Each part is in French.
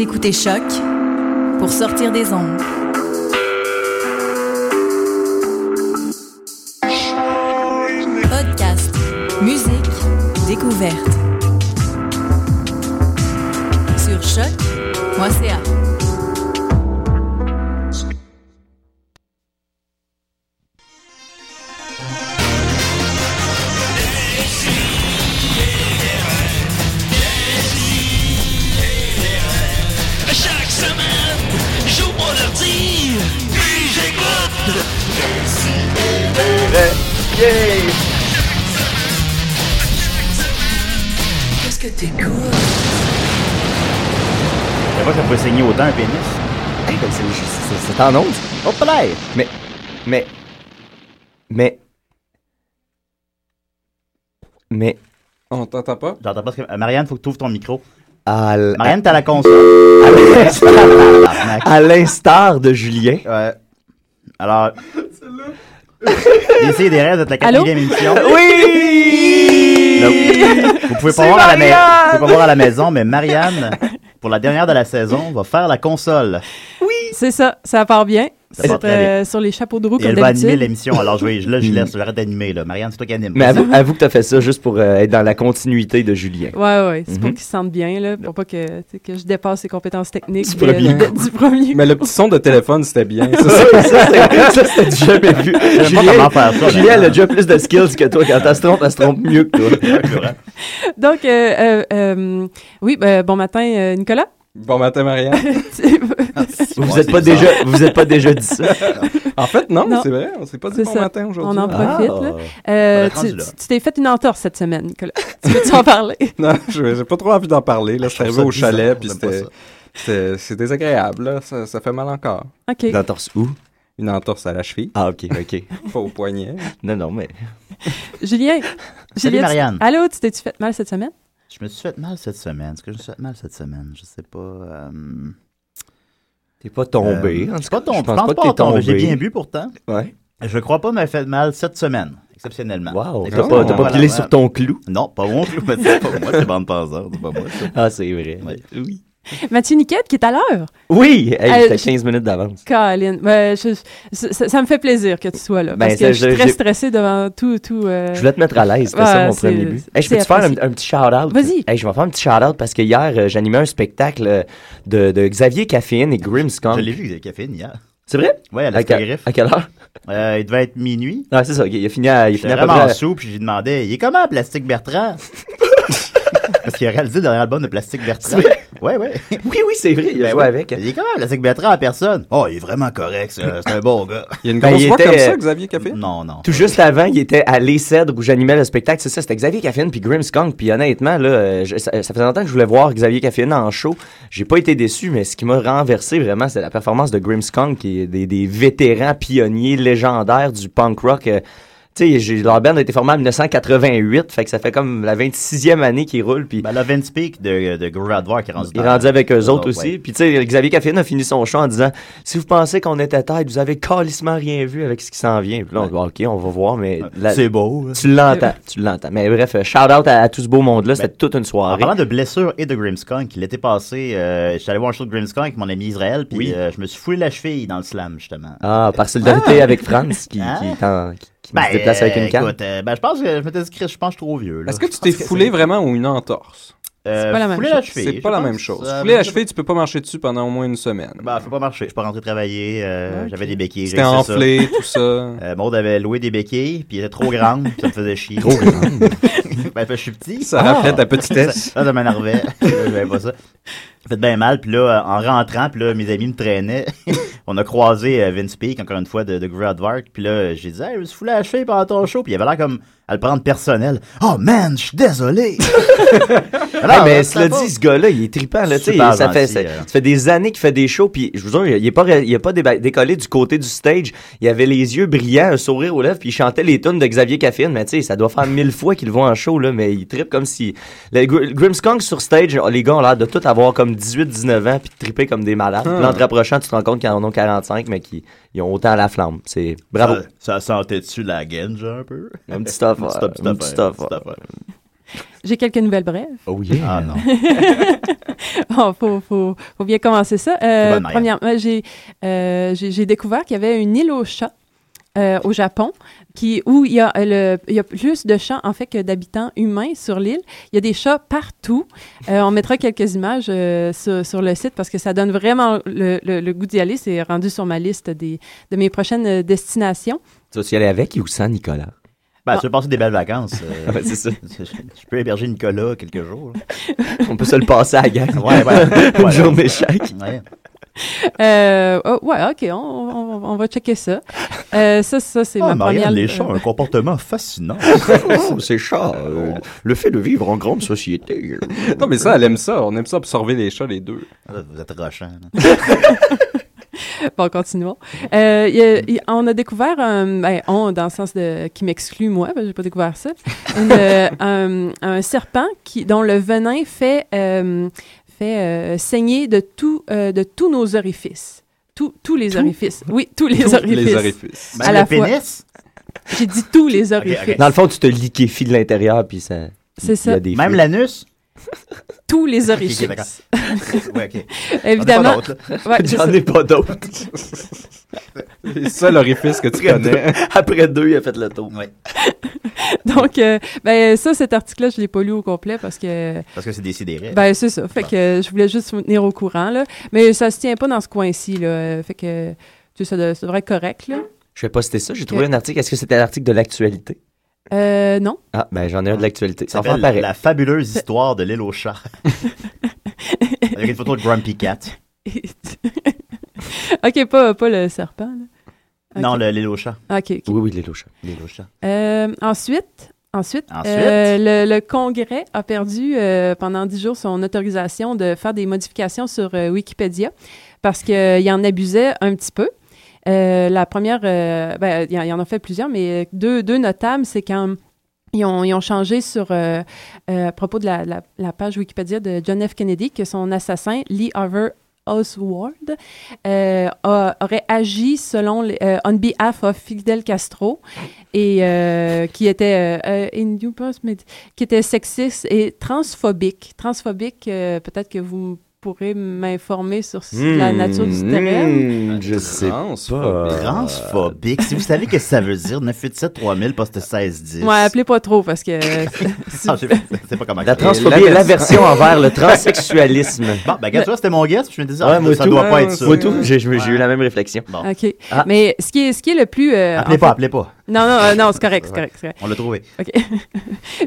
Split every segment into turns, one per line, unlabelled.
écoutez Choc pour sortir des ondes. Podcast, musique, découverte. Sur choc.ca.
Chaque semaine, j'ouvre mon ordi, puis j'écoute. Qu'est-ce que t'écoutes?
Je sais pas que ça peut saigner autant un pénis. ben,
Hey, comme c'est, c'est, c'est- c'est en onde. Hop là! Mais, mais, mais, mais,
On t'entend pas?
J'entends pas ce que. Euh, Marianne, faut que tu ouvres ton micro.
à, l-
Marianne, t'as la console.
à l'instar,
Tabarnak.
à l'instar de Julien.
Ouais. Alors. Essayez des rêves d'être la
Allô?
quatrième émission.
Oui!
Là, vous- vous pouvez pas
C'est
voir à la maison.
Marianne!
Vous pouvez pas voir à la maison, mais Marianne, pour la dernière de la saison, va faire la console.
C'est ça, ça part bien.
Ça part
Sur,
très bien.
euh, sur les chapeaux de roue,
Et
comme
elle va animer
d'habitude.
l'émission. Alors, je, vais- je- là, je laisse, j'arrête d'animer, là. Marianne, c'est toi qui anime.
Mais avoue, avoue que t'as fait ça juste pour euh, être dans la continuité de Julien.
Ouais, ouais, c'est pour
Mhm.
qu'ils se sentent bien, là, pour pas que, tu sais, que je dépasse les compétences techniques
Du
de-
premier
de-
coup.
du premier
Mais le
coup.
petit son de téléphone, c'était bien. Ça,
ça,
c'est-
c'est- ça, c'était du jamais vu.
pas comment
Julien,
faire ça,
Julien, elle a déjà plus de skills que toi. Quand elle se trompe, elle se trompe mieux que toi.
Donc, euh, euh, euh, oui, ben, bon matin, euh, Nicolas.
Bon matin, Marianne.
Ah.
Tu- euh,
Vous vous êtes pas déjà, vous vous êtes pas déjà dit ça.
En fait, non,
Non.
c'est vrai, on s'est pas dit
C'est
bon
ça.
matin aujourd'hui.
On en
Ah.
Profite, là. Euh,
On est rendu
tu
là.
tu- tu t'es fait une entorse cette semaine, Nicolas. tu veux-tu en parler?
Non, je- j'ai pas trop envie d'en parler. Là,
Ah,
je
je
suis arrivé
trouve
au
ça
chalet,
bizarre,
puis
j'aime pas
c'était- c'était- c'est désagréable. Là. Ça, ça fait mal encore.
OK.
Dans torse où?
Une entorse à la cheville,
Ah, ok, ok.
pas au poignet.
Non, non, mais.
Julien. Julien,
Salut,
tu-
Marianne.
Allô, tu t'es-tu fait mal cette semaine?
Je me suis fait mal cette semaine. Est-ce que je me suis fait mal cette semaine? Je sais pas. euh,
T'es pas tombé.
euh,
en
je
tout cas,
pense pas tombé. J'ai bien bu Bah, pourtant.
Ouais.
Je crois pas m'a fait mal cette semaine, exceptionnellement.
Wow. T'as
Exceptionnellement.
pas, t'as pas
Voilà.
pilé sur ton clou.
Non, pas moi, je me dis, c'est pas moi, c'est bande penseur, c'est pas moi. ça.
Ah, c'est vrai.
Ouais.
Oui.
Mathieu Niquette qui est à l'heure.
Oui! Hey,
Euh,
j'étais
je-
15 minutes d'avance.
Colin, ben, je- je- ça, ça me fait plaisir que tu sois là.
Ben,
Parce
ça,
que je suis
je-
très
j'ai-
stressée devant tout. tout euh,
Je voulais te mettre à l'aise, c'était
Ouais,
ça mon
c'est-
premier but. Hey, je
c'est
peux te faire un,
apprécié.
un petit shout-out?
Vas-y.
Hey, je vais faire un petit shout-out parce que hier, euh, j'animais un spectacle euh, de, de Xavier Caféine et
Je
Grimmskong.
l'ai vu, il y a caféine hier.
C'est vrai?
Ouais, à la
À, quel-
Stogriffe.
à quelle heure?
Euh, il devait être minuit.
Non, c'est ça. ok, Il a fini à, il a
J'étais
fini à peu
vraiment
près-
en sous, puis j'ai demandé, il est comment, Plastique Bertrand? Parce qu'il a réalisé le dernier album de Plastique Bertrand. Ouais, ouais.
Oui, oui, c'est vrai. Il a
Ben
joué
oui.
avec.
Il est comment, Plastique Bertrand en personne? Oh, il est vraiment correct, ça. c'est un bon gars.
Il y a une
Ben,
grosse
il
voix
était-
comme ça, Xavier Café?
Non, non.
Tout juste avant, il était à Les Cèdres où j'animais le spectacle. C'est ça, c'était Xavier Caffine puis Grimmskong. Puis honnêtement, là, euh, je- ça, ça faisait longtemps que je voulais voir Xavier Caffine en show. J'ai pas été déçu, mais ce qui m'a renversé vraiment, c'est la performance de Grimmskong, qui est des, des vétérans pionniers légendaires du punk rock. euh, tu sais, j'ai- leur band a été formée en 1988, fait que ça fait comme la 26e année qu'ils roulent. Puis
Ben, là, Vince Peak de, de Groove Advar qui est rendu
il est
dans-
rendu avec eux
dans-
autres aussi.
ouais.
Puis tu sais, Xavier Caffine a fini son show en disant Si vous pensez qu'on est à tête, vous avez calissement rien vu avec ce qui s'en vient. Puis là, on dit, OK, on va voir, mais. la-
C'est beau. hein.
tu l'entends, tu l'entends. Mais bref, euh, shout out à, à tout ce beau monde-là,
Ben,
c'était toute une
En
soirée.
parlant de blessures et de Grimmskunk, l'été passé, euh, j'étais allé voir un show de Grimmskunk avec mon ami Israël, puis euh, je me suis foulé la cheville dans le slam, justement.
Ah, par solidarité avec France qui,
Ah.
qui, est en- qui- qui se déplace avec
euh,
une canne.
écoute, euh, ben, je pense que je m'étais dit, Chris, je pense que je suis trop vieux. là.
Est-ce que tu
Je
t'es
pense
foulé
c'est-
vraiment ou une entorse?
Euh,
C'est pas la même
foulé
chose.
cheville,
C'est pas
je
la
pense.
même chose.
Euh,
Fouler la
je-
cheville, tu peux pas marcher dessus pendant au moins une semaine.
Ben, faut pas marcher. Je suis pas rentré travailler. euh,
Ok.
J'avais des béquilles.
C'était
j'ai ça.
enflé, tout ça.
Euh, Maud avait loué des béquilles, puis elle était trop grande, puis ça me faisait chier. Trop ben, je suis petit.
Ça rappelait ta petitesse.
Ça, ça m'énervait. J'avais pas ça. Ça fait bien mal. Puis là, euh, en rentrant, puis là, mes amis me traînaient. On a croisé euh, Vince Peake, encore une fois, de, de Groove Advert. Puis là, j'ai dit, hey, je me suis foulé la cheville pendant ton show. Puis il avait l'air comme à le prendre personnel. Oh man, je suis désolé.
Ah,
Alors, euh,
mais
hein, ça
cela
va.
dit, ce gars-là, il est trippant, là, tu sais,
Super
ça fait,
gentil,
ça,
euh.
ça fait des années qu'il fait des shows, puis je vous jure, il est pas, ré- il est pas déba- décollé du côté du stage, il avait les yeux brillants, un sourire aux lèvres, puis il chantait les tunes de Xavier Caffine, mais tu sais, ça doit faire mille fois qu'il le voit en show, là, mais il trippe comme si... Le Gr- Grimmskong sur stage, oh, les gars ont l'air de tout avoir comme 18-19 ans, puis de tripper comme des malades.
Ah.
Puis L'entre approchant, tu te rends compte qu'ils en ont 45, mais qu'ils ils ont autant à la flamme, c'est... Bravo!
Ça, ça sentait-tu la gaine, genre, un peu?
Un petit stuff,
Une petite-
ouais,
petite
un
affaire,
petit stuff,
petite
ouais.
affaire.
J'ai quelques nouvelles brèves.
Oh yeah.
Ah non.
Bon, faut, faut, faut bien commencer ça. Euh,
C'est bonne manière.
premièrement, j'ai, euh, j'ai, j'ai découvert qu'il y avait une île aux chats euh, au Japon qui, où il y, a euh, le, il y a plus de chats en fait que d'habitants humains sur l'île. Il y a des chats partout. Euh, on mettra quelques images euh, sur, sur le site parce que ça donne vraiment le, le- le goût d'y aller. C'est rendu sur ma liste des, de mes prochaines euh, destinations.
Tu vas-tu y aller avec ou sans Nicolas?
Ben, tu veux passer des belles vacances. euh,
Ah. Ouais, c'est ça.
je, je peux héberger Nicolas quelques jours. là.
On peut se le passer à la gang.
Ouais, ouais.
Une
Voilà.
journée chaque.
Ouais.
Euh, oh, ouais, ok, on, on- on va checker ça. Euh, ça, ça c'est
Ah,
ma
Marianne
première.
Deschamps,
euh,
un comportement fascinant.
c'est ça. euh, le fait de vivre en grande société. euh.
Non, mais ça, elle aime ça. On aime ça observer les chats, les deux.
Ah, Vous êtes rochant. là.
Bon, continuons. Euh, il y a- il- on a découvert, un- ben, on, dans le sens de qui m'exclut, moi, ben, j'ai pas découvert ça, une, euh, un, un serpent qui, dont le venin fait, euh, fait euh, saigner de, tout, euh, de tous nos orifices. Tous- tous les orifices. Oui, tous les
Tous
orifices.
Les orifices.
Même
la
le
fois.
pénis?
J'ai dit tous les orifices.
ok.
Dans le fond, tu te liquéfies de l'intérieur, puis ça.
C'est
il y
ça,
a des
Même
feux.
l'anus?
tous les
Ok,
orifices.
d'accord. Ouais, ok.
Évidemment.
On est pas d'autres, là.
Ouais, c'est
J'en
ça.
ai pas d'autres.
C'est ça l'orifice que tu connais.
Après deux, il a fait le tour.
Ouais.
Donc, euh, ben, ça, cet article-là, je l'ai pas lu au complet parce que
Parce que c'est décidé.
Ben, c'est ça. Fait que euh, je voulais juste vous tenir au courant, là. Mais ça se tient pas dans ce coin-ci, là. Euh, Fait que, tu sais, ça, de- ça devrait être correct, là.
Je vais poster ça. J'ai trouvé un article. Est-ce que c'était l'article de l'actualité?
Euh, non.
Ah, ben j'en ai un de l'actualité. Ça
Ça
en fait
s'appelle
pareil.
La fabuleuse histoire de l'île aux chats. Avec une photo de Grumpy Cat.
OK, pas, pas le serpent, là. OK.
Non, le- l'île aux chats.
OK, OK.
Oui, oui, les louches.
L'île aux chats.
Euh, ensuite... Ensuite,
Ensuite?
euh, le, le Congrès a perdu euh, pendant dix jours son autorisation de faire des modifications sur euh, Wikipédia parce qu'il en abusait un petit peu. Euh, la première, euh, ben, il y, en- il y en a fait plusieurs, mais euh, deux, deux notables, c'est quand ils ont, ils ont changé sur, euh, euh, à propos de la, la- la page Wikipédia de John F. Kennedy, que son assassin, Lee Harvey Oswald, euh, a- aurait agi selon les- euh, on behalf of Fidel Castro et euh, qui était euh, euh, in due course, mais qui était sexiste et transphobique. Transphobique, euh, peut-être que vous pourrez m'informer sur la
Hmm.
nature du terrain.
terrain. Je sais pas.
Transphobique.
Euh, Transphobique. Si vous savez ce que ça veut dire, 987 3000 poste 1610.
Ouais, appelez pas trop parce que. si-
Ah, je sais pas- c'est pas comment
La
ça s'appelle.
transphobie est l'aversion envers le transsexualisme.
Bon, ben, regarde, tu vois, c'était mon guess. puis Je me disais, ah,
Ouais, moi
ça
tout.
doit pas
Ouais,
être ça.
Moi tout, j'ai j'ai eu la même réflexion.
Bon.
OK.
Ah.
Mais ce qui est, ce qui est le plus. euh,
Appelez
en
pas,
fait-
Ah, appelez pas.
Non, non, euh, non, c'est correct, c'est correct, c'est correct.
On l'a trouvé.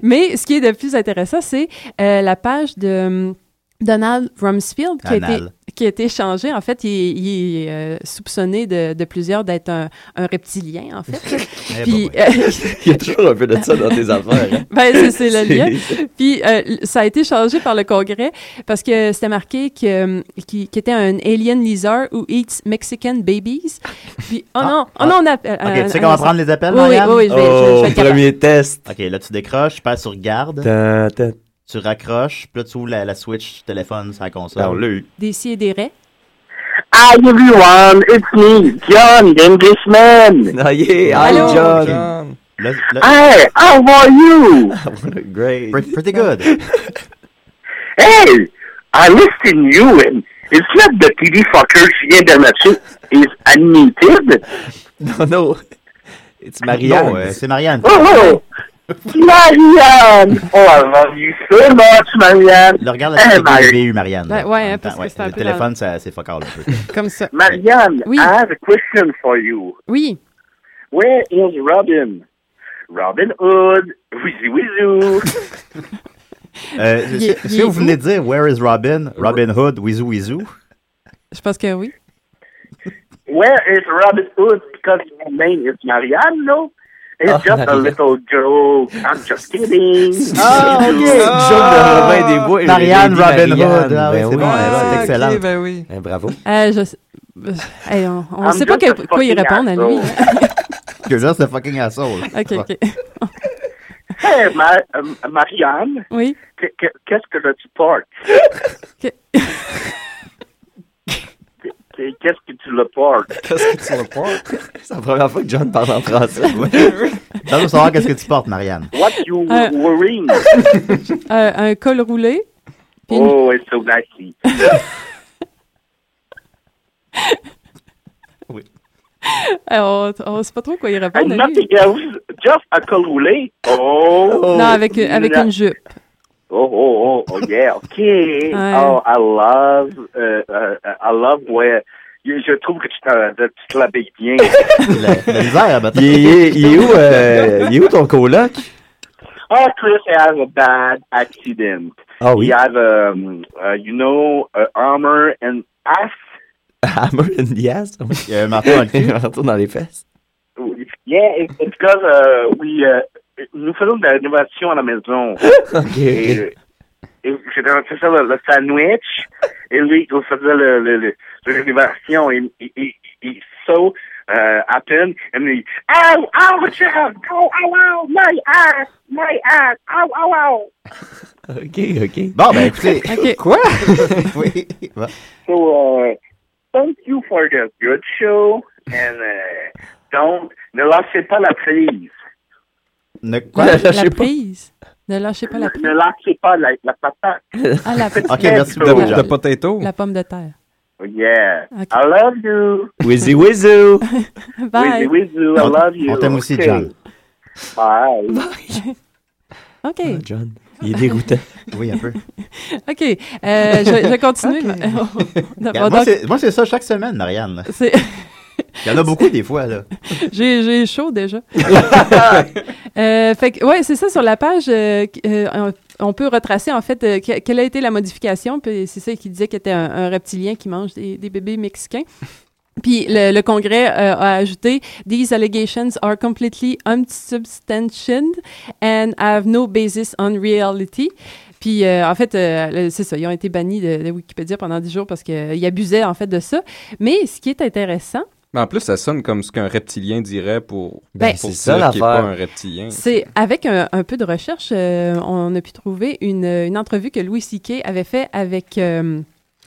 Mais ce qui est le plus intéressant, c'est euh, la page de hum, Donald Rumsfeld qui a, été,
Anal.
qui a été changée. En fait, il, est- il est euh, soupçonné de, de plusieurs d'être un, un reptilien, en fait.
Eh,
Puis,
bah, ouais.
euh,
Il y a toujours un peu de ça dans tes affaires. hein.
ben, c'est- c'est le lien.
C'est-
Puis euh, l- ça a été changé par le Congrès parce que c'était marqué que euh, qui, était un alien lizard who eats Mexican babies. Puis oh non, oh
ah.
non, on appelle.
Ok, tu sais comment prendre les appels,
Oui, oui,
Marianne?
oui, oui, je vais, je vais- je
Oh,
vais être capable.
premier test.
Ok, là, tu décroches, tu passes sur garde,
Ta- ta-
tu raccroches, puis là, tu ouvres la, la switch téléphone sur la console.
Ah, on l'a eu.
Des si et des raies.
Hi everyone, it's me, John the Englishman.
Ah yeah, hi
Allô?
John. Ah,
John.
Là- là-
Ah!
Hey, how are you?
Great.
pretty, pretty good.
Hey, I listen you and it's not the TV fucker she in the match is unmuted.
Non, non. It's Marianne.
Non, euh, c'est Marianne.
Oh, Marianne! Oh, I love you so much, Marianne.
Là, regarde
Eh,
la
Marie.
catégorie VU, Marianne. là.
Ouais, ouais,
En
hein,
même
parce
temps,
que c'est un
Le
peu
téléphone, ça- c'est fuck all un peu. Euh,
Comme ça.
Marianne,
Oui.
I have a question for you.
Oui.
Where is Robin? Robin Hood, whizzy whizzoo.
Euh,
Il
si-
est- il
si
est
vous venez de dire Where is Robin? Robin Hood, Wizou Wizou.
Je pense que oui.
Where is Robin Hood? Because his name is Marianne, no? It's
Oh,
just a
Marianne.
little joke. I'm just kidding.
Oh,
Ah, ok.
Joke de Robin des Bois. et
Marianne
Lady
Robin
Marianne.
Hood. Ah oui,
Ben
c'est bon, elle est
ok,
excellente.
ben oui.
Eh, bravo.
Euh, je... euh, hey, on on
I'm
sait pas
just a
que- quoi y
fucking
répondre à lui.
asshole.
hein.
Que genre, c'est fucking asshole.
OK, OK.
Hey, Ma- euh, Marianne,
Oui.
qu- qu- qu'est-ce que là, tu portes?
Que-
Qu-
c'est qu'est-ce que tu le portes.
Qu'est-ce que tu vas voir?
C'est la première fois que John parle en français.
Dans le savoir qu'est-ce que tu portes, Marianne.
What you
Euh.
wearing?
Euh, un col roulé. puis une- Ah,
Oh, it's so nasty.
Euh, on, on sait pas trop quoi y
And
répondre. à lui.
nothing else, just a col roulé. Oh,
Non, avec, avec une jupe.
oh, oh, oh, oh, yeah, okay.
Ouais.
Oh, I love, euh, euh, I love where, je je trouve que tu t'en- tu te l'habilles bien.
La, la misère, ben, à
Il est, il est- il est où, euh, il est où ton coloc?
Oh, Chris has a bad accident.
Ah
Oh,
oui.
He has a, um, uh, you know, a armor and ass.
Hammer and Diaz? Oui.
Il y a euh, un marteau dans le cul.
Un retour dans les fesses.
Yeah, it- it's because uh, we, euh, nous faisons de la rénovation à la maison.
Ok,
Et,
ok.
euh, et j'étais en train de faire le, le sandwich, et lui, il faisait le, le, le, la rénovation, et il, il, il saute euh, à peine, et oh, il dit « Ow, ow, child! Ow, ow, ow! Oh, My ass! My ass! oh, Ow, ow, ow!
Ok, ok.
Bon, ben écoutez.
OK.
Quoi? oui. Bon. »
So, uh, thank you for the good show, and uh, don't, ne lâchez pas la prise.
Ne- quoi?
Ouais,
la
je sais pas.
prise. Ne lâchez pas la prise.
Ne lâchez pas la, la patate.
Ah, la,
Ok,
la-
merci beaucoup,
De, de
Jean.
potato?
la pomme de terre.
Yeah.
Ok.
I love you.
Wizzy wizou!
Bye.
With you, I love you.
On t'aime aussi,
Okay.
John.
Bye.
OK.
Ah, John, il est déroutant.
Oui, un peu.
OK. Euh, je, je continue. Non, bon,
Regarde, moi,
donc,
c'est- moi, c'est ça chaque semaine, Marianne.
c'est-
Il y en a beaucoup des fois, là.
J'ai j'ai chaud déjà. Euh, fait que, ouais, c'est ça sur la page. euh, qui- euh, on- on peut retracer en fait euh, que- quelle a été la modification. Puis c'est ça qui disait qu'il était un, un reptilien qui mange des, des bébés mexicains. Puis le, le Congrès euh, a ajouté These allegations are completely unsubstantiated and have no basis on reality. Puis euh, en fait, euh, le- c'est ça, ils ont été bannis de, de Wikipédia pendant 10 jours parce qu'ils abusaient en fait de ça. Mais ce qui est intéressant,
Mais en plus, ça sonne comme ce qu'un reptilien dirait pour,
Ben,
pour
c'est ça,
dire qu'il est pas
l'affaire.
un reptilien.
C'est avec un, un peu de recherche, euh, on a pu trouver une, une entrevue que Louis C.K. avait fait avec euh,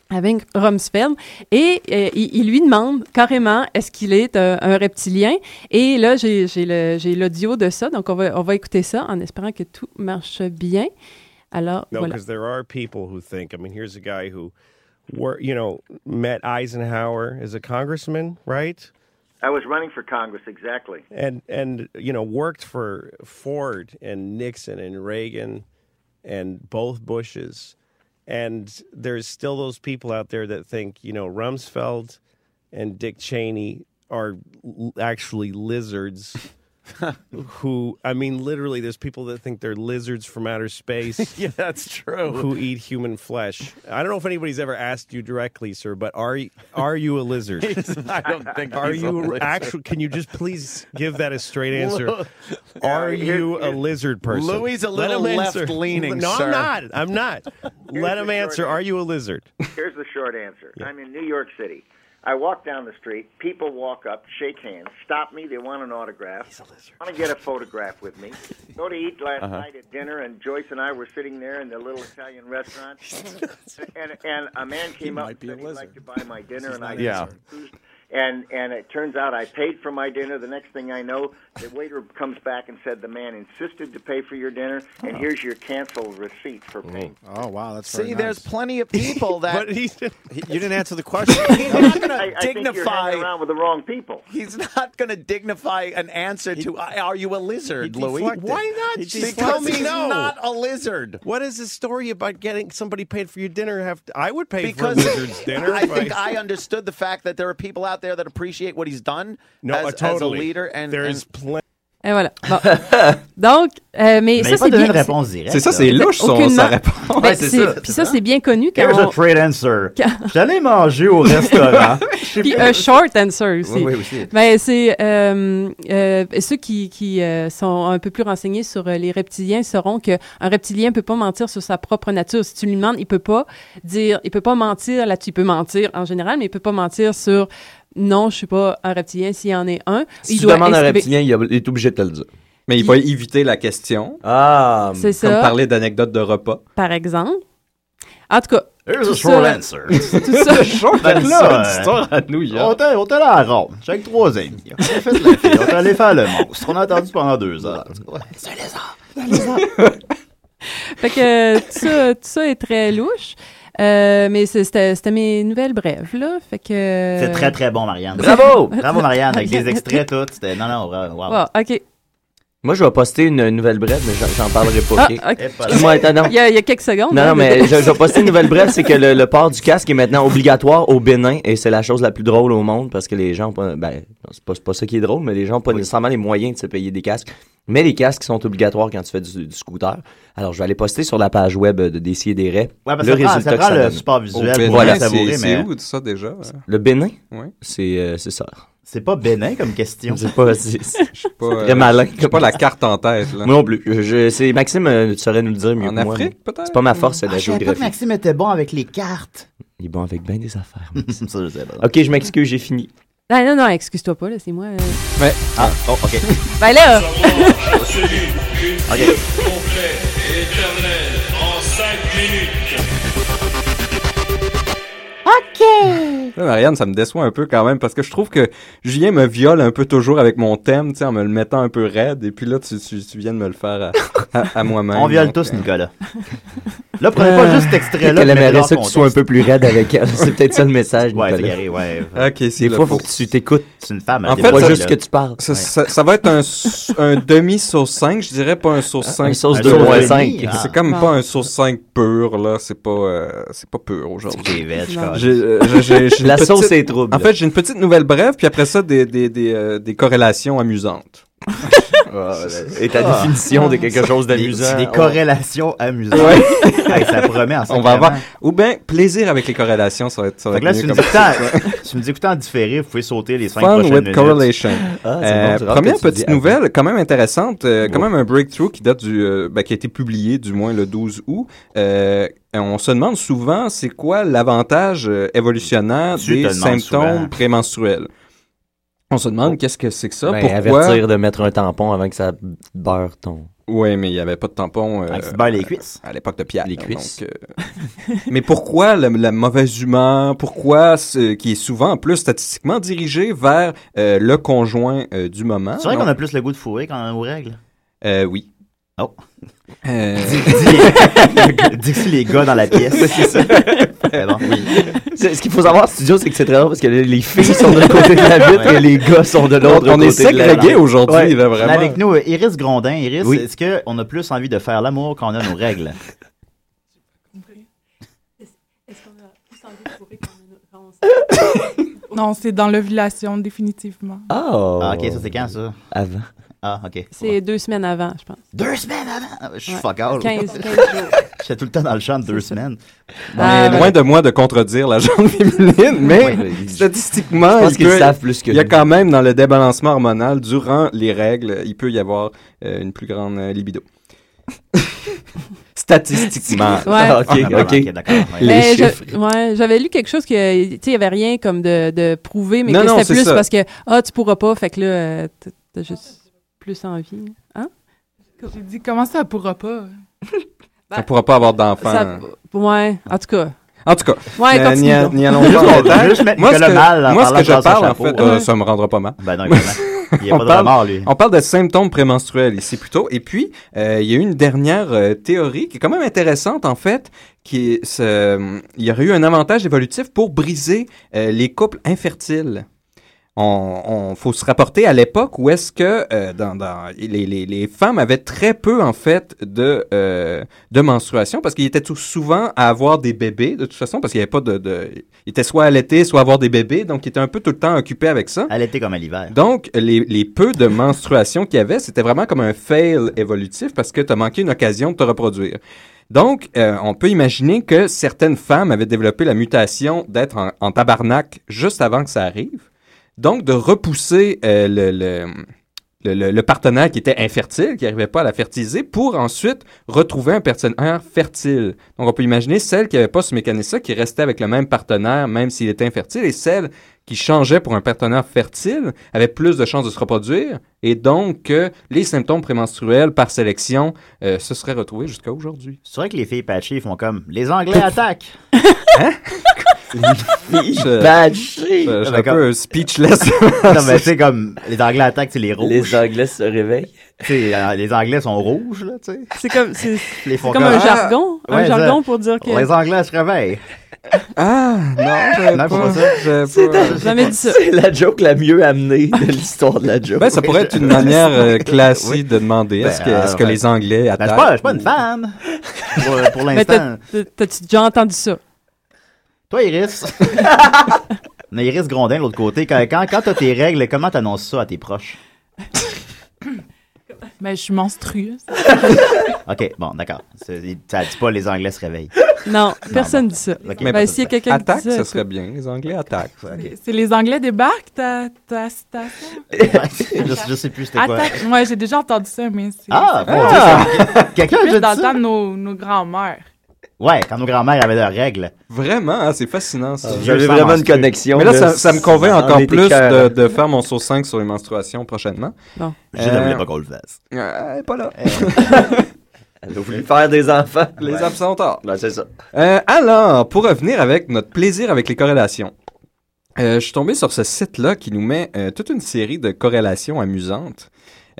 avec Rumsfeld et euh, il, il lui demande carrément est-ce qu'il est un, un reptilien et là j'ai j'ai le- j'ai l'audio de ça donc on va on va écouter ça en espérant que tout marche bien. Alors
No,
voilà.
because there are people who think. I mean, here's a guy who, were you know, met Eisenhower as a congressman, right?
I was running for Congress, exactly.
And and you know worked for Ford and Nixon and Reagan, and both Bushes, and there's still those people out there that think you know Rumsfeld and Dick Cheney are l- actually lizards. who I mean, literally, there's people that think they're lizards from outer space. yeah, that's true. Who eat human flesh? I don't know if anybody's ever asked you directly, sir, but are y- are you a lizard? I don't think. Are you actually? Can you just please give that a straight answer? are you a lizard person?
Louis is a
Let
little
him
left
answer.
leaning,
No,
sir.
I'm not. I'm not. Let him
the short
answer. Are you a lizard?
Here's the short answer I'm in New York City. I walk down the street, people walk up, shake hands, stop me, they want an autograph. He's a lizard. Want to get a photograph with me. Go to eat last
Uh-huh.
night at dinner, and Joyce and I were sitting there in the little Italian restaurant. and, and a man came up
might
and
be a
said he'd like
lizard.
to buy my dinner, and I
Yeah.
refused. And and it turns out I paid for my dinner. The next thing I know, the waiter comes back and said the man insisted to pay for your dinner, and
Oh.
here's your cancel receipt for paying.
Oh wow, that's
See, there's plenty of people that
But he's
you didn't answer the question.
He's not
I,
gonna
I think you're hanging
dignify.
around with the wrong people.
He's not gonna dignify an answer to
uh,
"I- "Are you a lizard, Louis?"
deflected.
Why
He
not?
deflected.
because he's
No.
not a lizard.
What is this story about getting somebody paid for your dinner? Have to, I would pay
Because
for a lizard's dinner.
I
if
think I understood the fact that there are people out there that appreciate what he's done
no,
as,
uh,
as
totally.
a leader, and,
there
and-
is plenty.
Et voilà. Bon. donc euh, mais,
Mais il
ça
a pas
c'est
donné
bien.
de réponse directe.
C'est ça,
là.
c'est louche son,
aucunement-
sa réponse.
Ben,
Ouais, c'est
c'est-
ça,
Puis ça c'est bien connu quand
Here's a
on-
trade answer.
Quand-
J'allais manger au restaurant.
Puis un short answer aussi.
oui, aussi.
Ben, c'est euh, euh, ceux qui, qui euh, sont un peu plus renseignés sur euh, les reptiliens sauront que un reptilien peut pas mentir sur sa propre nature. Si tu lui demandes, il peut pas dire, il peut pas mentir là-dessus. Il peut mentir en général, mais il peut pas mentir sur non, je suis pas un reptilien s'il y en est un.
Si
il
tu demandes à un
exprimer-
reptilien, il a- il est obligé de te le dire.
Mais il va éviter la question,
Ah,
C'est
comme
ça,
parler d'anecdotes de repas.
par exemple. En tout cas,
Here's
Tout
a short
ça-
answer.
tout ça-
short
Ben
answer
là,
d'histoire à New York. euh, On était on était là à Rome, avec trois amis. On a fait la fille, on est allé faire le monstre. On a attendu pendant deux heures. C'est un lézard.
Fait que euh, tout ça, tout ça est très louche. Euh, mais c'est- c'était c'était mes nouvelles brèves, là. Fait que... euh,
C'est très très bon, Marianne.
Bravo!
Bravo, Marianne, avec les extraits, tout. C'était... Non, non, bravo. wow.
Wow, Ah, OK.
Moi, je vais poster une nouvelle brève, mais j'en- j'en parlerai pas.
Ah,
ok?
ok.
Et voilà.
Excuse-moi, attends, non.
Il y, a, il y a quelques secondes.
Non,
hein,
non, mais
de-
je, je vais poster une nouvelle brève, c'est que le, le port du casque est maintenant obligatoire au Bénin et c'est la chose la plus drôle au monde parce que les gens ont pas, ben, non, c'est pas, c'est pas ça qui est drôle, mais les gens ont pas nécessairement les moyens de se payer des casques. Mais les casques sont obligatoires quand tu fais du, du scooter. Alors, je vais aller poster sur la page web de Dessier des Raies.
Ouais, parce
le
que ça prend, ça
résultat que
prend
ça
le
donne.
support
Au
visuel pour
Bénin,
la
c'est-
savourer, mais
C'est où tout ça déjà? euh?
Le Bénin,
Oui.
c'est, euh, c'est ça.
c'est pas bénin comme question.
C'est pas, c'est- c'est-
Je sais pas.
très
euh,
malin.
J'ai pas la carte en tête, là.
Moi non plus. Je- je- c'est Maxime, euh, tu saurais nous le dire mieux
En
que moi,
Afrique,
mais
peut-être?
C'est pas ma force, c'est la
Ah, je savais pas que
géographie.
Maxime était bon avec les cartes.
Il est bon avec bien des affaires. mais-
ça, je sais pas.
ok, je m'excuse, j'ai fini.
Ah, non, non, excuse-toi pas, là, c'est moi. euh.
Ah, oh, ok.
Ben là,
Ok.
Là, Marianne, ça me déçoit un peu quand même parce que je trouve que Julien me viole un peu toujours avec mon thème, tu sais, en me le mettant un peu raide. Et puis là, tu, tu, tu viens de me le faire à, à- à moi-même.
On viole
Donc,
tous,
euh,
Nicolas. Là, prenez pas
Euh,
juste cet
Peut-être
extrait-là.
qu'elle
mettez-le
aimerait
en
ça que tu sois un
contexte.
peu plus raide avec elle. C'est peut-être ça le message,
Ouais,
Nicolas.
Zachary, ouais.
euh, Ok, c'est
Des
le
fois,
faux.
faut que tu t'écoutes.
C'est une femme.
En
elle
fait,
est
Pas
ça-
juste que
là.
tu parles.
Ça, ça, ça va être un, s- un demi sur 5, je dirais pas un sur 5.
Une Hein? sauce
un
de
sauce
moins
de
5.
nuit, hein.
C'est comme
Ah.
pas un sur 5 pur, là. C'est pas, euh, c'est pas pur
C'est
aujourd'hui.
des vêches,
Non.
quoi.
J'ai- euh, j'ai- j'ai- j'ai une
La
petite-
sauce est trouble.
En fait, j'ai une petite nouvelle brève, puis après ça, des, des, des, euh, des corrélations amusantes.
et ta
Ah.
définition de quelque chose
Des-
d'amusant.
Des
on-
corrélations amusantes. Hey, ça promet en
On va avoir.
sacrément.
Ou bien plaisir avec les corrélations, ça va être. Ça va
Fait que là,
être
si
mieux
vous nous
comme
écoutez en- si vous nous écoutez en différé, vous pouvez sauter les cinq
Fun
prochaines
with
minutes.
correlation.
Ah, c'est
Euh,
bon, tu rates
première
que tu dis
petite
avant.
nouvelle, quand même intéressante, euh, quand même un breakthrough qui date du, euh, ben, qui a été publié du moins le 12 août. Euh, on se demande souvent c'est quoi l'avantage euh, évolutionnaire
Tu te
des
demandes
symptômes
souvent. Oh.
prémenstruels. On se demande qu'est-ce que c'est que ça,
Ben,
pourquoi.
avertir de mettre un tampon avant que ça beurre ton.
Oui, mais il n'y avait pas de tampon. euh,
Ah, tu te beurres les cuisses.
à l'époque de Pierre.
Les cuisses.
donc, euh, Mais pourquoi la, la mauvaise humeur, pourquoi ce qui est souvent en plus statistiquement dirigé vers euh, le conjoint euh, du moment?
C'est vrai
donc,
qu'on a plus le goût de fourrer quand on est aux règles.
euh, oui.
Oh.
Euh,
Dixie les gars dans la pièce. c'est ça. bon. Oui.
C'est- Ce qu'il faut savoir, studio, c'est que c'est très drôle parce que les les filles sont d'un côté de la vitre
Ouais.
et les gars sont de l'autre.
on est
côté de la
ségrégés
vitre.
aujourd'hui,
Ouais.
là,
On a
vraiment.
avec nous euh, Iris Grondin. Iris,
Oui.
est-ce qu'on a plus envie de faire l'amour quand on a nos règles?
Non, c'est dans l'ovulation, définitivement.
Ah,
Ah,
Oh.
ok, ça c'est quand ça?
Avant.
Ah, ok.
c'est deux semaines avant, je pense.
Deux semaines avant! Ah, Je suis
Ouais.
fuck out.
15, 15 jours.
J'étais tout le temps dans le champ de deux
C'est ça.
semaines.
Ah,
Mais loin de moi de contredire la jambe féminine, mais
Ouais, je-
statistiquement,
Je pense
il
qu'ils
peut-
savent plus que
il y a
nous.
quand même dans le débalancement hormonal, durant les règles, il peut y avoir euh, une plus grande euh, libido. Statistiquement.
Ouais.
Ah, ok,
Ah, bon,
ok.
d'accord. ouais.
Les
Mais je-
chiffres.
ouais, j'avais lu quelque chose que tu sais, il y avait rien comme de, de prouver, mais
Non,
que
non,
c'était
c'est
plus
ça.
parce que ah tu pourras pas, fait que là euh, t- t'as juste plus envie. hein?
J'ai dit, comment ça pourra pas?
On pourra pas avoir d'enfant.
Ça- ouais, en tout cas.
En tout cas,
Ouais,
euh,
continue
n'y a-
donc.
n'y allons pas en détail.
Juste mettre
Moi, ce
Nicolas
que,
Mal en
moi, ce
parlant
que je
dans son
parle, en
chapeau,
fait,
euh,
euh, ça me rendra pas mal.
Ben non, évidemment. Il n'y a
On
pas de
parle-
remords, lui.
On parle de symptômes prémenstruels ici plutôt. Et puis, euh, il y a eu une dernière euh, théorie qui est quand même intéressante, en fait, qui est, ce- il y aurait eu un avantage évolutif pour briser euh, les couples infertiles. On, on- faut se rapporter à l'époque où est-ce que euh, dans, dans- les, les- les femmes avaient très peu en fait de euh, de menstruation parce qu'ils étaient tout souvent à avoir des bébés de toute façon parce qu'il n'y avait pas de, de ils étaient soit allaités soit à avoir des bébés donc ils étaient un peu tout le temps occupés avec ça.
À l'été comme à l'hiver.
Donc, les, les peu de menstruations qu'il y avait, c'était vraiment comme un fail évolutif parce que tu as manqué une occasion de te reproduire. Donc, euh, on peut imaginer que certaines femmes avaient développé la mutation d'être en, en tabarnak juste avant que ça arrive. Donc, de repousser euh, le, le- le, le- le partenaire qui était infertile, qui n'arrivait pas à la fertiliser, pour ensuite retrouver un partenaire fertile. Donc, on peut imaginer celle qui n'avait pas ce mécanisme-là, qui restait avec le même partenaire, même s'il était infertile, et celle qui changeait pour un partenaire fertile avait plus de chances de se reproduire, et donc que les symptômes prémenstruels par sélection euh, se seraient retrouvés jusqu'à aujourd'hui.
C'est vrai que les filles patchées font comme les Anglais attaquent. Bah,
Je- euh,
Patchées!
je- je suis
Ben,
un
comme-
peu speechless.
non, mais c'est comme les Anglais attaquent, c'est les rouges.
Les Anglais se réveillent.
Tu sais, euh, les Anglais sont rouges, là, tu sais.
C'est comme, c'est
Les font
comme un
Ah,
jargon.
ouais,
un jargon
ça.
pour dire que.
Les Anglais se réveillent.
Ah, non, j'avais
Non,
pas-
c'est ça.
j'avais pas-
Jamais dit ça.
C'est la joke la mieux amenée de l'histoire de la joke.
Ben, ça pourrait être une manière euh, classique de demander est-ce
Ben,
que, est-ce que
euh,
les Anglais
Ben,
attaquent.
je suis pas, je suis pas une femme. pour pour
Mais
l'instant.
t'as- t'as- t'as-tu déjà entendu ça?
Toi, Iris. On a Iris Grondin de l'autre côté. Quand, quand, quand t'as tes règles, comment t'annonces ça à tes proches?
Mais je suis monstrueuse.
OK, bon, d'accord. C'est- Ça dit pas les Anglais se réveillent.
Non, personne dit ça.
OK.
Mais
Ben, s'il y a quelqu'un qui dit
Attaque,
ça.
ce serait bien. Les Anglais attaquent.
C'est les Anglais débarquent ta, ta citation.
je, je sais plus c'était quoi.
Attaque. Moi, j'ai déjà entendu ça, mais c'est
Ah, bon, c'est- quelqu'un a
plus
déjà
dans
dit
le
ça?
temps de nos, nos grands-mères.
Ouais, quand nos grands-mères avaient leurs règles.
Vraiment, hein, c'est fascinant. ça.
Ah,
J'avais
Je le
vraiment
sens,
une connexion.
Mais là, ça,
c'est-
ça me convainc
on
encore
est
plus de,
écœurant.
de faire mon saut 5 sur les menstruations prochainement.
Je ne
Euh,
voulais pas qu'on le fasse.
Euh, elle est pas là.
Eh,
Elle a voulu faire des enfants.
Les absents ont tort.
Ben, c'est ça.
Euh, alors, pour revenir avec notre plaisir avec les corrélations, euh, je suis tombé sur ce site-là qui nous met euh, toute une série de corrélations amusantes.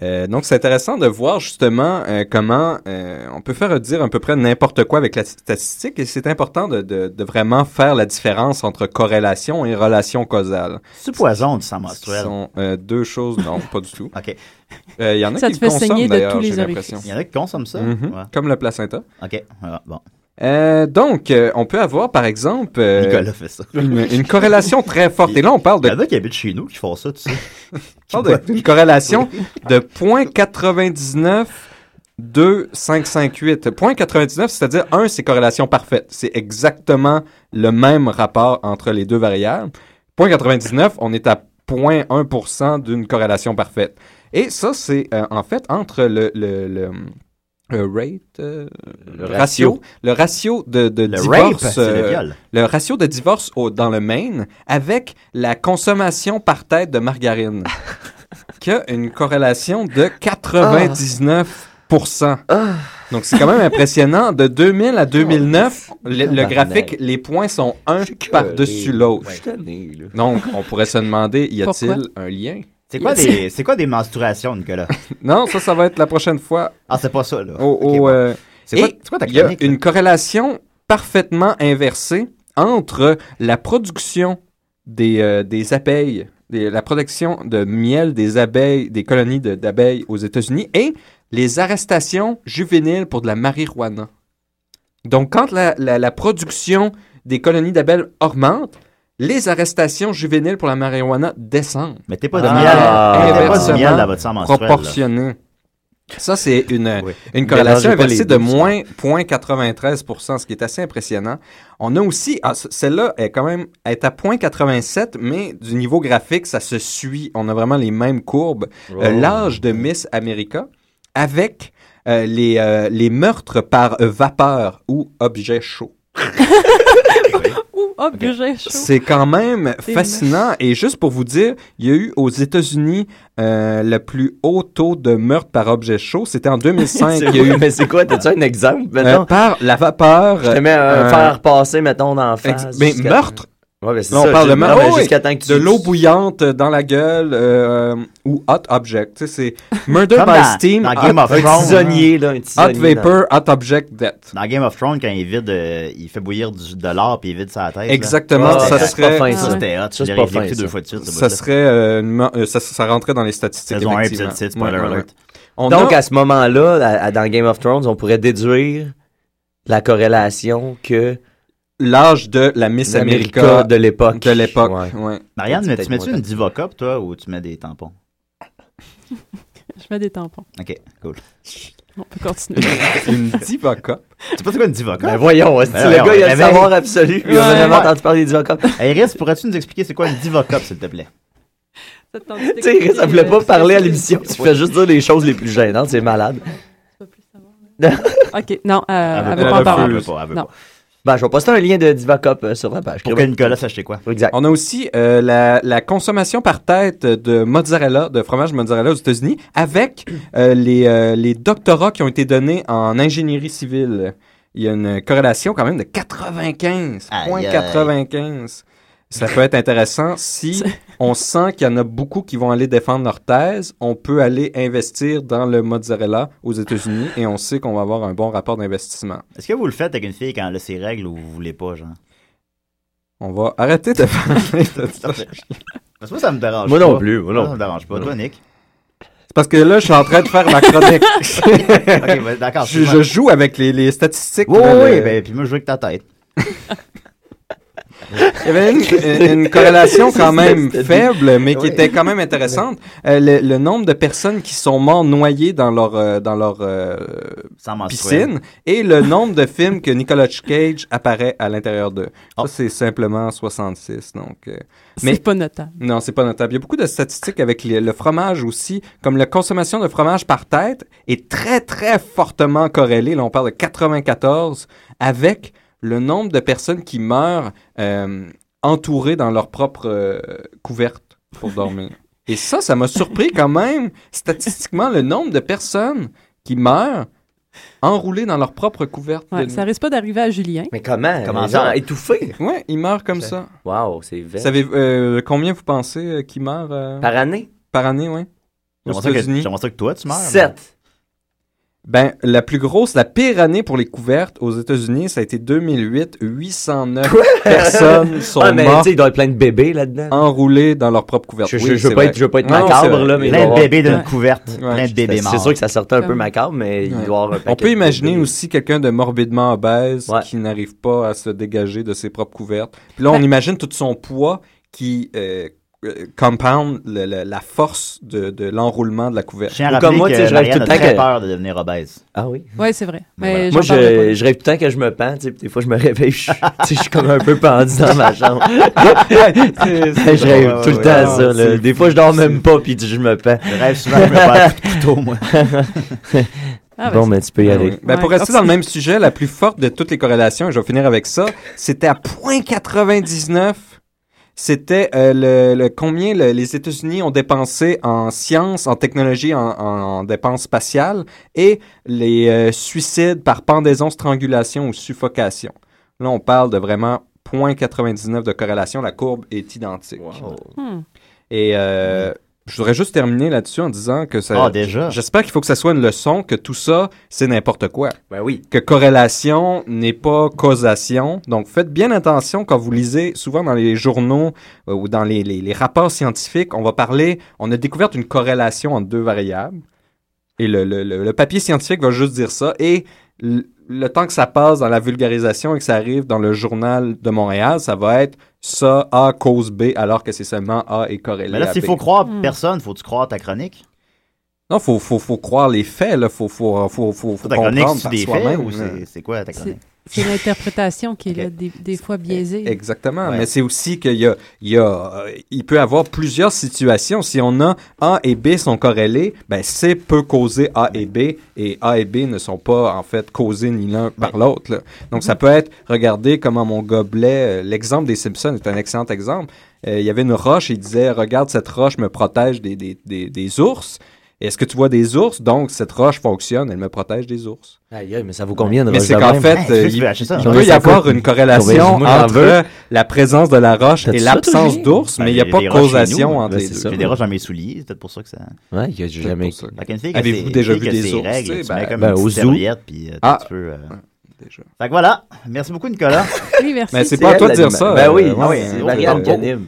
Euh, donc, c'est intéressant de voir justement euh, comment euh, on peut faire dire à peu près n'importe quoi avec la statistique et c'est important de, de- de vraiment faire la différence entre corrélation et relation causale.
C'est poison du sang
Ce
menstruel.
sont euh, deux choses, non, pas du tout.
OK.
Euh, Il y en a
Ça
qui
te
le
fait saigner
consomment
de
d'ailleurs,
tous les
j'ai l'impression.
orifices.
Il y en a qui consomment ça.
Mhm.
Ouais.
Comme le placenta.
OK, ah, bon.
Euh, donc, euh, on peut avoir, par exemple, euh,
Nicolas fait ça.
une, une corrélation très forte. Et là, on parle
Il
de,
y en a qui habitent chez nous qui font ça, tu sais.
on parle de- d'une corrélation de 0.99. 2,558. 0.99, c'est-à-dire 1, c'est corrélation parfaite. C'est exactement le même rapport entre les deux variables. 0.99, on est à 0.1% d'une corrélation parfaite. Et ça, c'est euh, en fait entre le, le, le, euh, rate, euh,
Le
ratio, le ratio de, de
Le rape,
divorce,
c'est le
euh,
viol.
le ratio de divorce au- dans le Maine avec la consommation par tête de margarine, qui a une corrélation de 99%.
Ah.
Donc, c'est quand même impressionnant. De 2000 à
Oh,
2009, le, le graphique, les points sont un par-dessus l'autre.
Je suis tanné, là.
Donc, on pourrait se demander, y
Pourquoi?
a-t-il un lien?
C'est quoi, des, c'est quoi des menstruations, Nicolas?
Non, ça, ça va être la prochaine fois.
Ah, c'est pas ça, là.
Au,
OK,
au,
bon.
euh,
c'est, quoi,
et
c'est quoi ta
Il y a
chronique? là?
une corrélation parfaitement inversée entre la production des, euh, des abeilles, des- la production de miel des abeilles, des colonies de- d'abeilles aux États-Unis et les arrestations juvéniles pour de la marijuana. Donc, quand la, la- la production des colonies d'abeilles augmente, les arrestations juvéniles pour la marijuana descendent
Mettez pas de
Ah,
miel. Mettez pas de
inversement
miel dans votre sang menstruel. là.
proportionné. Ça, c'est une,
Oui.
une corrélation
Mélangez pas
inversée
les
de
deux,
moins 0.93 ce qui est assez impressionnant. On a aussi, ah, c- celle-là est quand même est à 0.87, mais du niveau graphique, ça se suit. On a vraiment les mêmes courbes.
Oh,
Euh, L'âge de Miss America avec euh, les, euh, les meurtres par euh, vapeur ou objet chaud.
Ouh, hop, j'ai chaud.
C'est quand même
C'est
fascinant. Et juste pour vous dire, il y a eu aux États-Unis euh, le plus haut taux de meurtre par objet chaud. C'était en 2005. il y a eu
Mais c'est quoi? T'as-tu un exemple?
euh,
Mettons,
par la vapeur.
je te mets un
euh,
faire passer, mettons, dans la
ex-
face.
mais
jusqu'à-
meurtre,
Ouais, ben, c'est
Là, on
ça,
parle
je-
de meurtre.
non, mais
Oh, oui.
jusqu'à temps que tu-
de l'eau bouillante dans la gueule euh, ou hot object. Tu sais, c'est murder
Comme
by
dans-
steam,
dans
hot-
Game of
Un
Thrones.
tisonnier, là, un
hot
tisonnier.
vapor, hot object death.
Dans Game of Thrones, quand il vide, euh, il fait bouillir du, de l'or puis il vide sa tête. là.
Exactement,
Ah,
ça
c'est
serait.
pas fin,
Ça,
ça.
c'était hot.
Ça,
Je
c'est
l'ai
pas fin,
réécouté
ça.
deux fois de suite. ce
Ça
bout-là.
serait euh, une mor- euh, ça, ça rentrait dans les statistiques.
Saison 1,
effectivement.
épisode 6, spoiler
Ouais, ouais, ouais.
alert.
On
Donc,
a-
à ce moment-là, à- à- dans Game of Thrones, on pourrait déduire la corrélation que
l'âge de la Miss
l'Amérique
America
de l'époque.
de l'époque.
Ouais.
ouais.
Marianne, mais
Peut-être
tu mets-tu
moins
une Divocop, toi, ou tu mets des tampons?
Je mets des tampons.
OK, cool.
On peut continuer.
Une divoca.
Tu sais pas c'est quoi une Divocop?
Ben voyons, hostie,
Ben
le
voyons,
gars, il a le
réveille.
savoir absolu. puis On a
Ouais.
jamais entendu parler des divocops.
Hey, Iris, pourrais-tu nous expliquer c'est quoi une Divocop, s'il te plaît?
Tu sais, ça voulait
euh,
pas parler à l'émission. Tu fais juste dire les choses les plus gênantes. C'est malade.
OK, non, euh, elle
veut
veut pas en
pas,
parler.
elle veut pas, elle veut
Non.
Ben, je vais poster un lien de Divacop euh, sur la page. Pour
que Nicolas sache c'est quoi.
Exact.
On a aussi euh, la, la consommation par tête de mozzarella, de fromage mozzarella aux États-Unis, avec euh, les, euh, les doctorats qui ont été donnés en ingénierie civile. Il y a une corrélation quand même de 95, point
Aïe, aïe.
95. Ça peut être intéressant si on sent qu'il y en a beaucoup qui vont aller défendre leur thèse. On peut aller investir dans le mozzarella aux États-Unis et on sait qu'on va avoir un bon rapport d'investissement.
Est-ce que vous le faites avec une fille quand elle a ses règles ou vous voulez pas, genre?
On va arrêter de parler de ça.
Parce que moi, ça me dérange
Moi
pas.
non plus, moi non
Ça me
plus.
dérange pas.
Moi
Toi,
non.
Nick?
C'est parce que là, je suis en train de faire ma chronique.
Ok, ben, d'accord,
Je,
c'est bon.
je joue avec les, les statistiques.
Oui,
là,
oui,
de-
ben, puis moi, je joue avec ta tête.
Il y avait une, une corrélation quand même
C'était-
faible, mais qui
Ouais.
était quand même intéressante. Euh, le, le nombre de personnes qui sont mortes noyées dans leur, euh, dans leur euh,
menstruel.
piscine et le nombre de films que Nicolas Cage apparaît à l'intérieur d'eux.
Ah.
Ça, c'est simplement 66. Donc, euh,
C'est pas notable.
Non, c'est pas notable. Il y a beaucoup de statistiques avec les- le fromage aussi, comme la consommation de fromage par tête est très, très fortement corrélée. Là, on parle de 94 avec le nombre de personnes qui meurent euh, entourées dans leur propre euh, couverte pour dormir. Et ça, ça m'a surpris quand même, statistiquement, le nombre de personnes qui meurent enroulées dans leur propre couverte.
Ouais, ça risque pas d'arriver à Julien.
Mais comment?
Comment
genre,
ça?
étouffé?
Ouais, il meurt comme ça.
Wow, c'est vrai.
Savez euh, combien vous pensez euh, qui meurt euh,
Par année?
Par année, oui.
J'aimerais ça que- j'aimerais ça que toi, tu meurs, Sept.
Sept. Ben, la plus grosse, la pire année pour les couvertes aux États-Unis, ça a été 2008. 809 personnes sont
Ah, mais tu
mortes.
sais, il doit y avoir plein de bébés là-dedans.
Enroulés dans leur propre couverte.
Je, je-
Oui,
je
c'est
veux, pas
vrai.
être, je veux pas être
Non, non, c'est
macabre,
vrai.
là, mais. il doit y avoir- Ouais. Ouais. C'est- C'est sûr que ça sortait un peu
Comme-
macabre, mais il doit y avoir un
On
paquet
peut
de
imaginer
bébés.
aussi quelqu'un de morbidement obèse qui n'arrive pas à se dégager de ses propres couvertes. Puis là, on
Ben-
imagine tout son poids qui euh, euh, compound le- le- la force de, de l'enroulement de la couverte.
Je tiens à rappeler que Marianne a très peur de devenir obèse.
Ah oui?
Ouais, c'est vrai. Mais j'en
Moi,
parlerai pas.
je, je rêve tout le temps que je me pends, tu sais, puis des fois, je me réveille, je, suis- tu sais, je suis comme un peu pendu dans ma chambre. je rêve tout le temps à ça, là. Des fois, je dors même pas, puis tu- je me pends. Je
rêve souvent que je me pends à coups de couteau, moi.
Ah, Bon, ben, mais tu peux y
Ah
aller.
oui. Ben, pour
Ouais,
rester dans le même sujet, la plus forte de toutes les corrélations, et je vais finir avec ça, c'était à 0.99. C'était euh, le, le- combien le- les États-Unis ont dépensé en sciences, en technologie, en, en dépenses spatiales et les euh, suicides par pendaison, strangulation ou suffocation. Là, on parle de vraiment 0.99 de corrélation. La courbe est identique.
Hmm.
Et euh, je voudrais juste terminer là-dessus en disant que ça.
Ah, déjà?
J'espère qu'il faut que ça soit une leçon que tout ça, c'est n'importe quoi.
Ben oui.
Que corrélation n'est pas causation. Donc faites bien attention quand vous lisez souvent dans les journaux euh, ou dans les, les- les rapports scientifiques, on va parler, on a découvert une corrélation entre deux variables. Et le, le- le- le papier scientifique va juste dire ça. Et l- le temps que ça passe dans la vulgarisation et que ça arrive dans le journal de Montréal, ça va être ça A cause B, alors que c'est seulement A est corrélé.
Mais là,
à
s'il
B.
faut croire personne, faut-tu croire ta chronique?
Non, faut, faut, faut croire les faits, là. Faut, faut, euh, faut, faut, faut
Ta chronique,
comprendre
c'est
par
des faits
soi-même, euh,
ou
là.
c'est- c'est quoi ta
C'est-
chronique?
C'est l'interprétation qui est là, des, des fois biaisée.
eh, Exactement, mais c'est aussi qu'il y a, il y a, euh, il peut avoir plusieurs situations. Si on a A et B sont corrélés, ben C peut causer A et B, et A et B ne sont pas en fait causés ni l'un par l'autre. là. Donc ça peut être, regardez comment mon gobelet, euh, l'exemple des Simpsons est un excellent exemple. Euh, il y avait une roche, il disait, regarde cette roche me protège des, des, des, des ours. Est-ce que tu vois des ours? Donc, cette roche fonctionne, elle me protège des ours.
Aïe, aïe, mais ça vaut combien de
Mais
roches
c'est
de
qu'en
même?
fait,
Hey,
euh,
tu
il,
veux acheter ça?
il
Combien
peut y
ça
avoir
coûte?
une corrélation
Combien- moi, j'en veux.
entre la présence de la roche et
T'as-tu ça, toi,
l'absence
Julien?
d'ours,
Ben,
mais il n'y a
j'ai
pas
des
de
roches chez
causation
nous.
entre
Ben,
les
c'est
deux.
ça. J'ai des roches dans mes souliers, c'est peut-être pour ça que ça.
Ouais, il y a j'ai jamais.
Fait qu'une fille,
Avez-vous
que
déjà
c'est-
vu
que
des
c'est
ours,
règle,
tu sais,
tu
ben,
mets comme
ben,
une
au
petite
zoo.
serviette, puis euh,
Ah.
tu peux. euh,
Déjà.
Fait que voilà. Merci beaucoup, Nicolas.
Oui, merci.
Mais c'est pas à toi de dire ça.
Ben oui,
euh,
ah oui,
c'est-
c'est Marianne
c'est-
Canib.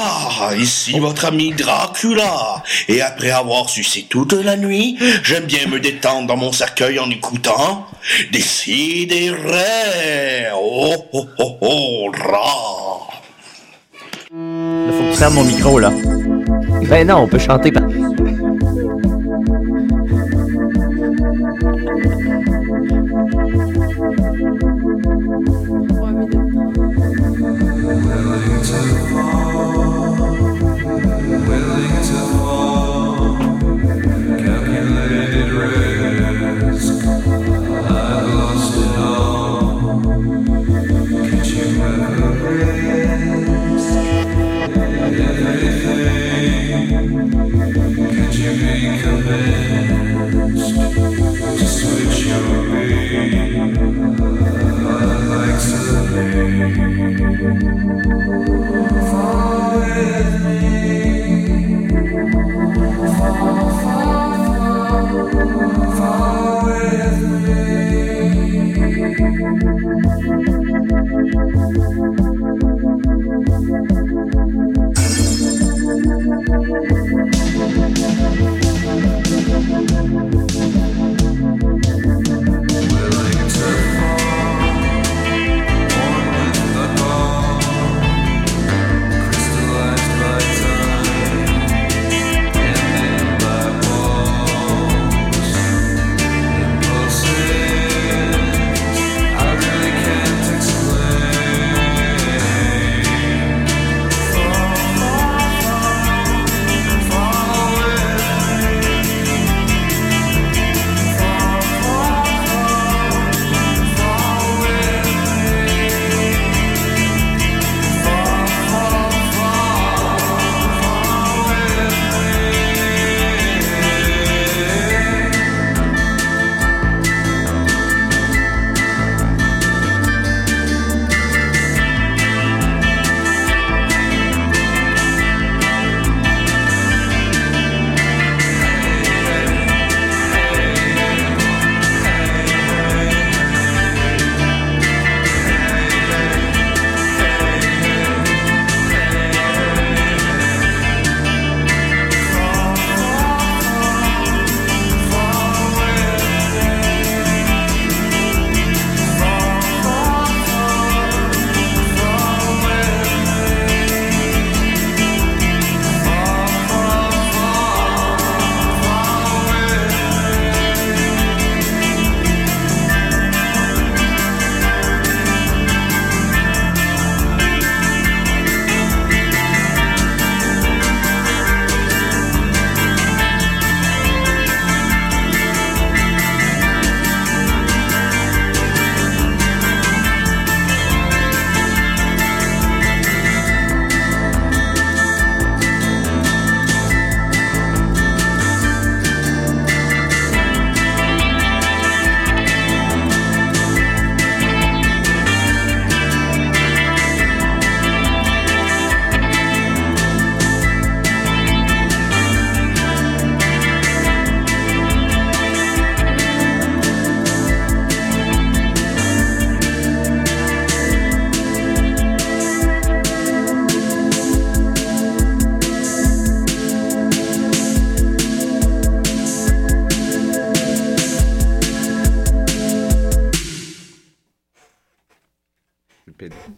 Ah, ici votre ami Dracula. Et après avoir sucé toute la nuit, j'aime bien me détendre dans mon cercueil en écoutant des sidérés. Oh, oh, oh, oh, rah.
Il faut que tu fermes mon micro, là.
Ben non, on peut chanter. par-
Thank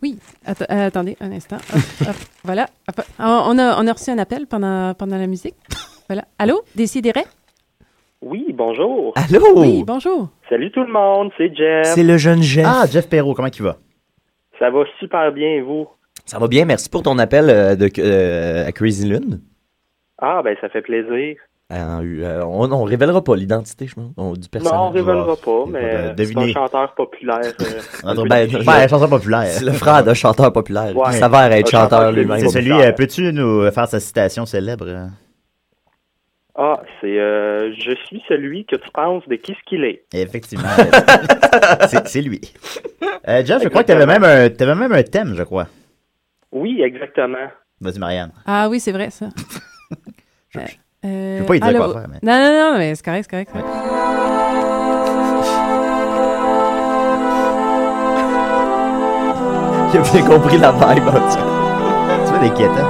Oui, Atte- euh, attendez un instant. Hop, hop, voilà. Hop. On, on a, on a reçu un appel pendant, pendant la musique. Voilà. Allô, Décidérez?
Oui, bonjour.
Allô?
Oui, bonjour.
Salut tout le monde, c'est Jeff.
Jeff. Ah, Jeff Perrault, comment il va?
Ça va super bien, et vous?
Ça va bien, merci pour ton appel euh, de, euh, à Crazy Lune.
Ah, ben ça fait plaisir.
Euh, euh, on, ne révélera pas l'identité, je pense, on- du personnage.
non, on révélera pas,
euh,
mais c'est un
devinez.
chanteur populaire. euh,
Ben,
depuis-
ben, C'est le frère d'un chanteur populaire.
Ouais.
Il s'avère être
Un
chanteur
chanteur
lui-même.
C'est celui, euh, peux-tu nous faire sa citation célèbre? euh?
Ah, c'est euh, Je suis celui que tu penses de qui ce qu'il est.
Effectivement. euh, c'est- c'est lui. Euh, Jeff, je crois que t'avais même, un- t'avais même un thème, je crois.
Oui, exactement.
Vas-y, Marianne.
Ah oui, c'est vrai, ça. je
peux pas y dire
Euh,
quoi faire, mais-
Non, non, non, mais c'est correct, c'est correct. c'est correct.
J'ai bien compris la vibe. en tout cas.
Tu vois des quêtes, hein?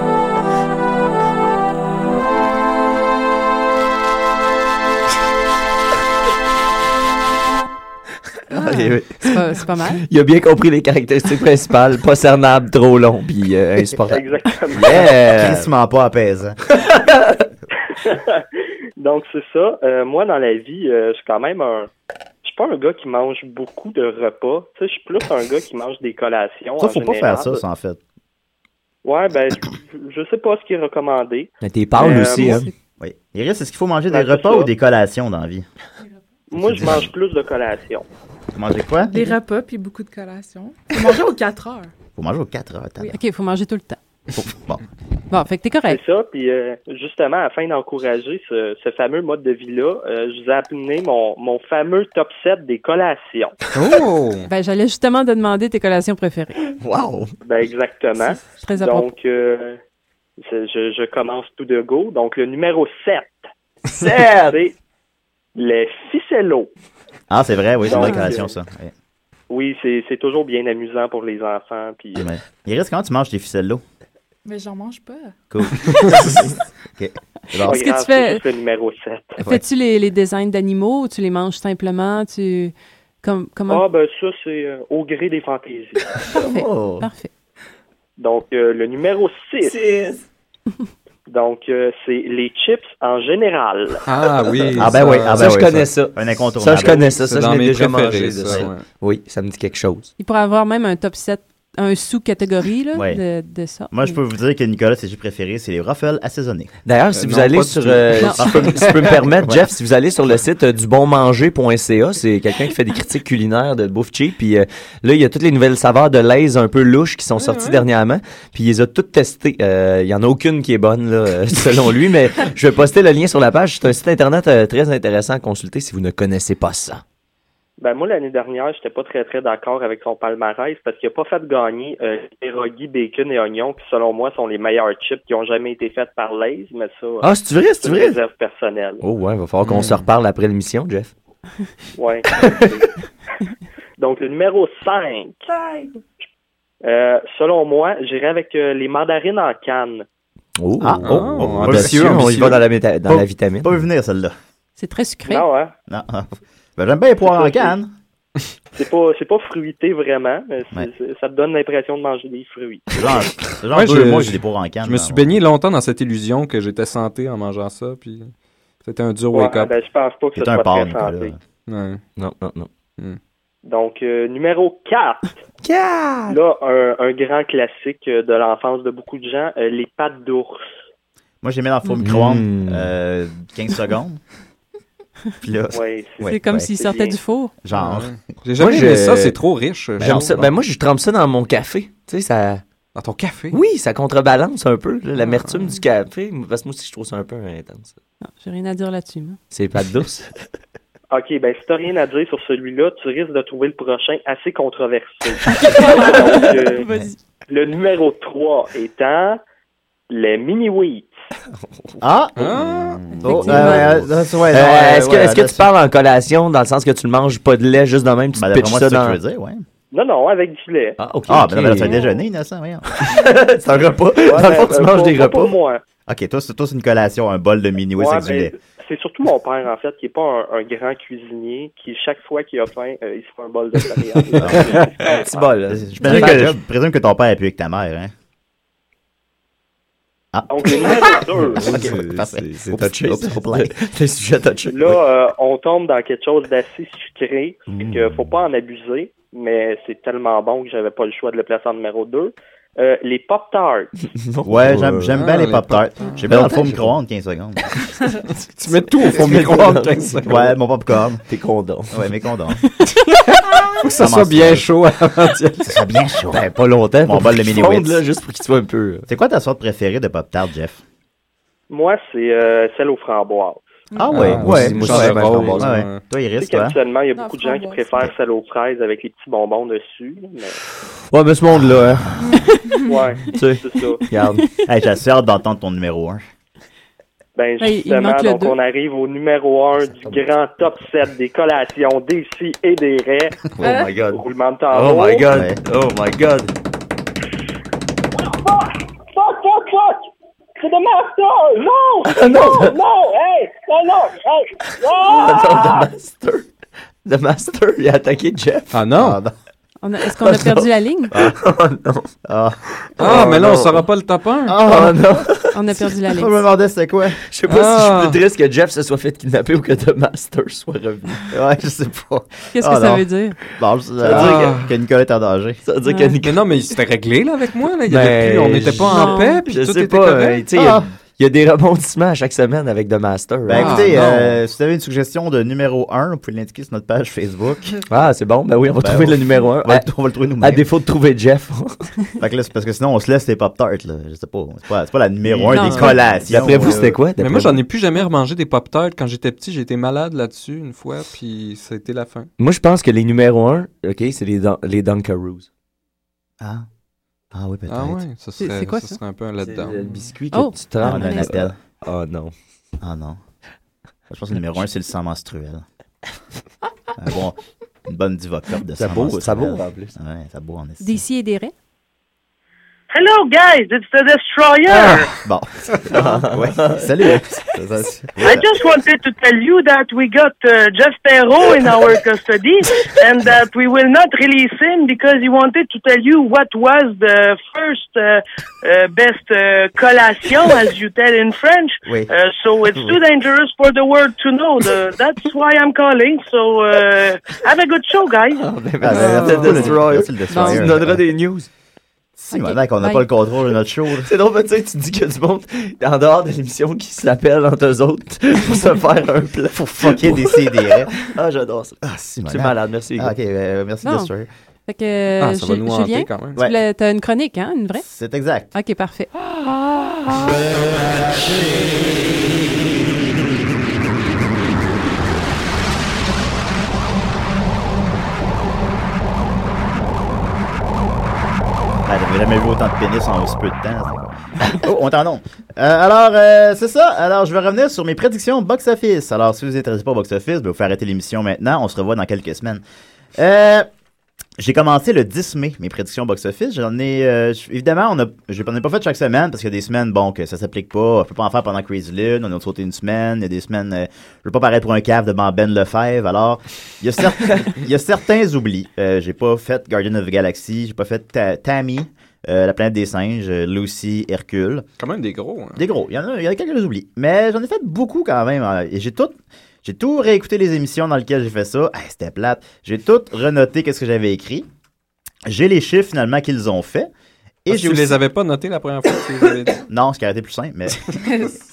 Ok, oui.
C'est pas, c'est pas mal.
Il a bien compris les caractéristiques principales. Pas cernable, trop long, puis euh, insupportable.
Exactement.
Yeah!
Crissement pas apaisant.
Donc, c'est ça. Euh, moi, dans la vie, euh, je suis quand même un. Je suis pas un gars qui mange beaucoup de repas. Tu sais, je suis plus un gars qui mange des collations.
Ça,
en
faut pas
général.
faire ça, ça, en fait.
Ouais, ben, je- je sais pas ce qui est recommandé.
Mais t'es
pâle Euh, aussi, moi, hein.
Oui. Iris, est-ce qu'il faut manger
Ouais,
des
c'est
repas
ça.
ou des collations dans la vie?
Moi, je mange plus de collations.
Vous mangez quoi?
Des repas puis beaucoup de collations. Faut manger aux 4 heures.
Faut manger aux 4 heures. t'as-
OK, il faut manger tout le temps.
Bon.
Bon, fait que t'es correct.
C'est ça. Puis euh, justement, afin d'encourager ce, ce fameux mode de vie-là, euh, je vous ai amené mon, mon fameux top 7 des collations.
Oh!
Ben, j'allais justement te demander tes collations préférées.
Wow!
Ben, exactement.
très à
Donc, euh, je, je- je commence tout de go. Donc, le numéro 7. C'est les ficellos.
Ah, c'est vrai, oui, c'est une
Donc,
décoration,
euh,
ça. Ouais.
Oui, c'est c'est toujours bien amusant pour les enfants. Puis, euh,
Ouais. Il reste quand ben, tu manges des ficelles là?
Mais j'en mange pas.
Cool. Ok. C'est bon.
Est-ce que tu fais-
C'est le numéro 7.
Fais-tu les, les designs d'animaux ou tu les manges simplement? Tu... Comme, comment...
Oh.
Ah, ben ça, c'est euh, au gré des fantaisies.
Parfait. Parfait.
Donc, euh, le numéro 6. Donc, euh, c'est les chips en général.
Ah oui.
Ah ben oui, ah ben
ça,
oui,
je connais ça.
Un
incontournable.
Ça, je connais ça. Ça,
C'est
je
dans mes
l'ai déjà
préférés,
mangé.
ça,
de ça.
ouais.
Oui, ça me dit quelque chose.
Il pourrait avoir même un top 7, un sous-catégorie là,
Ouais.
de, de ça.
Moi, je peux vous dire que Nicolas, ses jus préférés, c'est les ruffles assaisonnés.
D'ailleurs, si
Euh,
vous
non, pas
allez
du
sur,
tout.
euh,
Non.
si tu peux, si tu peux me permettre,
Ouais.
Jeff, si vous allez sur le site euh, dubonmanger.ca, c'est quelqu'un qui fait des critiques culinaires de bouffe cheap. Puis euh, là, il y a toutes les nouvelles saveurs de l'aise un peu louches qui sont sorties dernièrement. Puis il les a toutes testées. Euh, Il y en a aucune qui est bonne là, euh, selon lui, mais je vais poster le lien sur la page. C'est un site internet euh, très intéressant à consulter si vous ne connaissez pas ça.
Ben moi, l'année dernière, j'étais pas très, très d'accord avec son palmarès parce qu'il a pas fait gagner euh, pierogi, bacon et oignons qui, selon moi, sont les meilleurs chips qui ont jamais été faits par Lay's, mais ça...
Ah, c'est-tu vrai, c'est-tu
une
vrai?
réserve personnelle.
Oh ouais, va falloir
Hmm.
qu'on
Mm.
se reparle après l'émission, Jeff.
Ouais. Donc, le numéro 5. Euh, selon moi, j'irai avec euh, les mandarines en canne.
Oh,
Ah,
oh,
oh,
ambitieux,
ambitieux,
on y
ambitieux.
va dans la, méta- dans
Pas-
la vitamine.
Pas venir, celle-là.
C'est très sucré.
Non, hein?
Non. Ben, j'aime bien les poires en canne.
C'est pas, c'est pas fruité vraiment, mais c'est- c'est- ça te donne l'impression de manger des fruits.
Genre, genre
Ouais,
deux
je-
mois, j'ai des poires en canne. hein.
Je me suis baigné longtemps dans cette illusion que j'étais santé en mangeant ça, puis c'était un dur
Ouais,
wake-up.
ben, je pense pas que ce soit très santé.
Non, non, non.
Donc, euh, numéro 4. Là, un, un grand classique euh, de l'enfance de beaucoup de gens, euh, les pâtes d'ours.
Moi, j'ai mis dans le four micro-ondes euh, 15 secondes. Puis là,
Ouais, c'est-
ouais,
C'est comme
ouais.
s'il sortait du four.
Genre.
J'ai jamais
Moi,
aimé
je-
ça, c'est trop riche.
Ben,
Genre.
j'aime ça. Ben, moi, je trempe ça dans mon café. Tu sais, ça.
Dans ton café?
Oui, ça contrebalance un peu là, l'amertume
Ah.
du café. Parce que moi aussi, je trouve ça un peu intense.
Non, J'ai rien à dire là-dessus. moi.
C'est pas douce.
OK, ben si t'as rien à dire sur celui-là, tu risques de trouver le prochain assez controversé. Donc, euh, le numéro 3 étant les mini-wheats.
Ah! Oh, euh,
Effectivement.
euh, ouais, ouais,
Euh, est-ce que,
ouais,
est-ce que tu
là-dessus.
parles en collation dans le sens que tu le manges pas de lait juste de même, tu
Ben,
te
d'après
pitches
moi,
ça
c'est ça que
dans.
tu veux dire, ouais.
Non, non, avec du lait.
Ah, ok.
Ah,
ok.
ben là, ben là, tu as déjeuné, Innocent, voyons.
c'est un repas.
Ouais,
dans le fond,
ben,
tu
euh,
manges
pas-
des
pas
repas.
pour moi.
Ok, toi, c'est toi, c'est une collation, un bol de mini-wheat
Ouais,
avec du
ben,
lait.
c'est surtout mon père, en fait, qui n'est pas un, un grand cuisinier, qui, chaque fois qu'il a faim, euh, il se fait un bol de céréales.
Un
petit bol, là.
Ah, Je présume que, je présume que ton père a pu avec ta mère, hein. Ah.
Donc, le numéro deux.
Ok, parfait.
C'est
Oups,
touché.
oups,
ça.
faut plein.
T'es sujet touché.
Là, euh, on tombe dans quelque chose d'assez sucré,
Mm.
Il que faut pas en abuser, mais c'est tellement bon que j'avais pas le choix de le placer en numéro 2. les Pop-Tarts.
Ouais, j'aime, j'aime bien
Ah,
les
les
Pop-Tarts.
Pop-Tarts.
J'ai mis dans le four
Longtemps,
micro-ondes 15 secondes.
tu mets tout au fond
Tu
du
mets
micro-ondes
dans-
15 secondes.
Ouais, mon popcorn.
Tes condoms.
Ouais, mes condoms.
Faut
que ça soit bien chaud avant d'y aller.
Ça soit bien chaud.
Ben, pas longtemps.
Mon
pour
bol de
qu'il
mini
fonde, là, juste pour qu'il soit un peu. euh,
C'est quoi ta sorte préférée de Pop-Tart, Jeff?
Moi, c'est euh, celle aux framboises.
Ah, ouais,
moi
ouais.
aussi, moi
ouais,
aussi, j'aime
ouais,
la framboise,
ouais, ouais.
ouais.
Toi,
Tu sais
Iris, toi.
qu'habituellement, il y a
Non,
beaucoup de gens qui
framboise.
préfèrent celle aux fraises avec les petits bonbons dessus. mais-
Ouais, mais ce monde-là.
hein.
Ouais,
Tu
c'est
sais.
ça.
Regarde. Hey, j'ai assez hâte d'entendre ton numéro 1.
Ben,
Ben, il
justement,
manque le
donc
deux.
on arrive au numéro 1 du grand top 7 des collations, des si et des raies.
Oh my god.
Roulement de tambour.
Oh my god. Oh my god.
Fuck, fuck, fuck! C'est de ma star! Non!
Ah, non,
non,
ça-
non, hey! Non, non, hey!
Non,
Ah,
Non!
The Master. The Master, il a attaqué Jeff.
Ah non.
On a- Est-ce qu'on a perdu la ligne?
Ah non.
Ah,
Ah, mais là, on
non.
saura pas le top 1.
Ah,
non.
On a perdu la
Je
ligne.
me demandais c'était quoi.
Je sais pas si je
Ah.
suis plus triste que Jeff se soit fait kidnapper ou que The Master soit revenu.
Ouais, je sais pas.
Qu'est-ce
Ah,
que ça
non.
veut dire?
Bon, ça veut
Ah.
dire que, que Nicolas est en danger.
Ça veut dire
que Ouais.
Mais non, mais c'était réglé là avec moi. Là.
Ben,
Il y
Ben,
avait plus- on n'était pas en paix, puis
je
tout
sais
était
pas, euh, tu
correct.
sais, il y a- il y, a des rebondissements à chaque semaine avec The Master.
Ah. Ben
hein.
écoutez,
Ah,
euh, si vous avez une suggestion de numéro 1, vous pouvez l'indiquer sur notre page Facebook.
non. Ah, c'est bon. Ben oui, on va
Ben,
trouver le numéro 1.
On va, le- on va le trouver nous-mêmes.
À défaut de trouver Jeff.
Fait que là, c'est parce que sinon, on se laisse les Pop-Tarts, là. Je sais pas. C'est pas, c'est pas la numéro
Non,
1 des
c'est-
collations.
D'après vous,
là.
c'était quoi?
Mais moi, j'en ai plus jamais remangé des Pop-Tarts. Quand j'étais petit, j'étais malade là-dessus une fois, puis ça a été la fin.
Moi, je pense que les numéros 1, OK, c'est les, dun- les Dunkaroos.
Ah. Ah oui, peut-être.
Ah ouais, ça
C'est-
serait,
c'est quoi ça?
serait un peu un là-dedans.
C'est le biscuit
que
Oh! tu trempes.
Ah, on a un
Ah,
appel.
Oh non.
Ah non. Je pense que le numéro un, c'est le sang menstruel. Un bon, une bonne divocop de
Ça
sang
bourre,
menstruel.
ça bourre, en plus.
Ouais, ça bourre en est.
D'ici et des raies.
Hello, guys, it's the Destroyer.
Ah.
Bon. ouais. Salut. Ça, ça,
I just wanted to tell you that we got uh, Jeff Perrault in our custody and that we will not release him because he wanted to tell you what was the first uh, uh, best uh, collation, as you tell in French.
Oui.
Uh, so it's too dangerous for the world to know. The, that's why I'm calling. So uh, have a good show, guys.
Ah, ben, merci beaucoup, le- merci, le Destroyer. Ah,
Tu nous donneras des news.
Si, madame, on n'a pas le contrôle de notre show. là.
C'est drôle, mais tu sais, tu dis qu'il y a du monde en dehors de l'émission qui se l'appelle entre eux autres pour se faire un plat. Pour
fucker des CDR.
Ah, j'adore ça.
Ah, si,
C'est
madame.
malade, merci. les
Ah,
gars.
ok, euh, merci,
Bon.
Destroyer.
Fait que, euh,
Ah, ça va
Ju-
nous hanter
Julien,
quand même.
tu
Ouais.
voulais- t'as une chronique, hein, une vraie?
C'est exact.
OK, parfait.
Ah, J'avais jamais vu autant de pénis en aussi peu de temps. c'est- Oh, on t'en a. Euh, alors, euh, c'est ça. Alors, je vais revenir sur mes prédictions box-office. Alors, si vous n'êtes pas au box-office, ben, vous pouvez arrêter l'émission maintenant. On se revoit dans quelques semaines. Euh, j'ai commencé le 10 mai, mes prédictions box-office. J'en ai. euh, j- évidemment, on a, je n'en ai pas fait chaque semaine parce qu'il y a des semaines, bon, que ça s'applique pas. On peut pas en faire pendant Crazy Lune. On a sauté une semaine. Il y a des semaines. euh, je veux pas paraître pour un cave devant Ben Lefebvre. Alors, il y a, cer- il y a certains oublis. Euh, j'ai pas fait Guardian of the Galaxy. J'ai pas fait Ta- Tammy. euh, la planète des singes, euh, Lucy, Hercule.
Quand même des gros. hein.
Des gros. Il y en a, il y en a quelques que j'oublie. Mais j'en ai fait beaucoup quand même. hein. Et j'ai tout. J'ai tout réécouté les émissions dans lesquelles j'ai fait ça. Ah, C'était plate. J'ai tout renoté qu'est-ce que j'avais écrit. J'ai les chiffres finalement qu'ils ont fait.
Ah, tu les avais
pas notés la première fois que tu les avais dit. Non, ce qui aurait été plus simple, mais.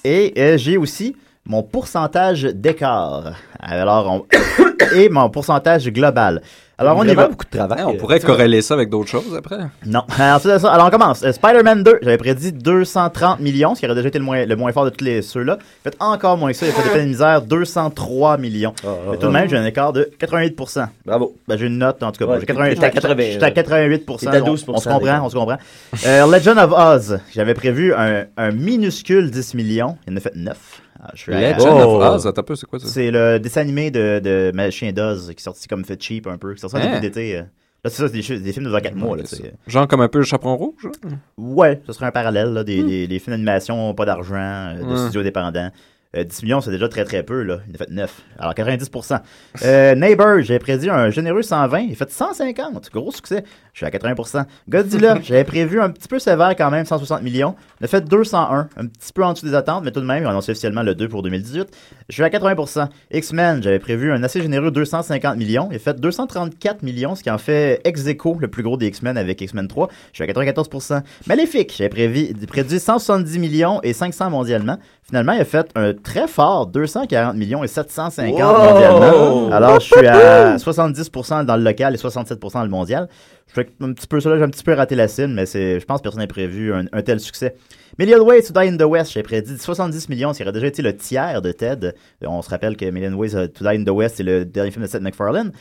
et euh, j'ai aussi mon pourcentage d'écart. Alors, on- et mon pourcentage global. Alors, on y
Vraiment
va.
beaucoup de travail. Ah, on pourrait corréler ça avec d'autres choses après.
Non. Alors, c'est ça. Alors, on commence. Euh, Spider-Man 2, j'avais prédit 230 millions, ce qui aurait déjà été le moins, le moins fort de tous les ceux-là. Faites encore moins que ça. Il a fait des peines de misère, 203 millions. Mais tout de
ah.
même, j'ai un écart de 88%. Bravo. Ben, j'ai une note, en tout cas. bon,
Ouais,
j'ai 80 j'étais
t'es à
à
80,
j'étais à 88%.
t'es à
On-
12%,
On se comprend,
d'accord.
on se comprend. Euh, Legend of Oz, j'avais prévu un, un minuscule 10 millions. Il en a fait 9. Ah, je suis à-
Legend of Oz, attends un peu, c'est quoi ça?
c'est le dessin animé de, de Machin Doz qui est sorti comme fait cheap un peu, qui est sorti en
Hein?
début d'été. euh. Là, c'est ça, c'est des, chi- des films de 24 mois. Là, tu sais.
Genre comme un peu le chaperon rouge. hein?
ouais, ce serait un parallèle, là, des, des- des films d'animation, pas d'argent, euh, de
Ouais.
studios dépendants. Euh, 10 millions, c'est déjà très très peu, là. Il a fait 9. Alors 90%. Euh, Neighbor, j'ai prédit un généreux 120. Il a fait 150. Gros succès. Je suis à 80%. Godzilla, j'avais prévu un petit peu sévère quand même, 160 millions. Il a fait 201. Un petit peu en dessous des attentes, mais tout de même, ils ont annoncé officiellement le 2 pour 2018. Je suis à 80%. X-Men, j'avais prévu un assez généreux 250 millions. Il a fait 234 millions, ce qui en fait ex aequo le plus gros des X-Men avec X-Men 3. Je suis à 94%. Maléfique, j'avais prévu, prédit 170 millions et 500 mondialement. Finalement, il a fait un très fort 240 millions et 750
Wow!
mondialement. Alors, je suis à 70% dans le local et 67% dans le mondial. Je fais un petit peu ça, là, j'ai un petit peu raté la cible, mais c'est, je pense que personne n'a prévu un, un tel succès. Million Ways to Die in the West, j'ai prédit 70 millions, ce qui aurait déjà été le tiers de Ted. On se rappelle que Million Ways to Die in the West, c'est le dernier film de Seth MacFarlane.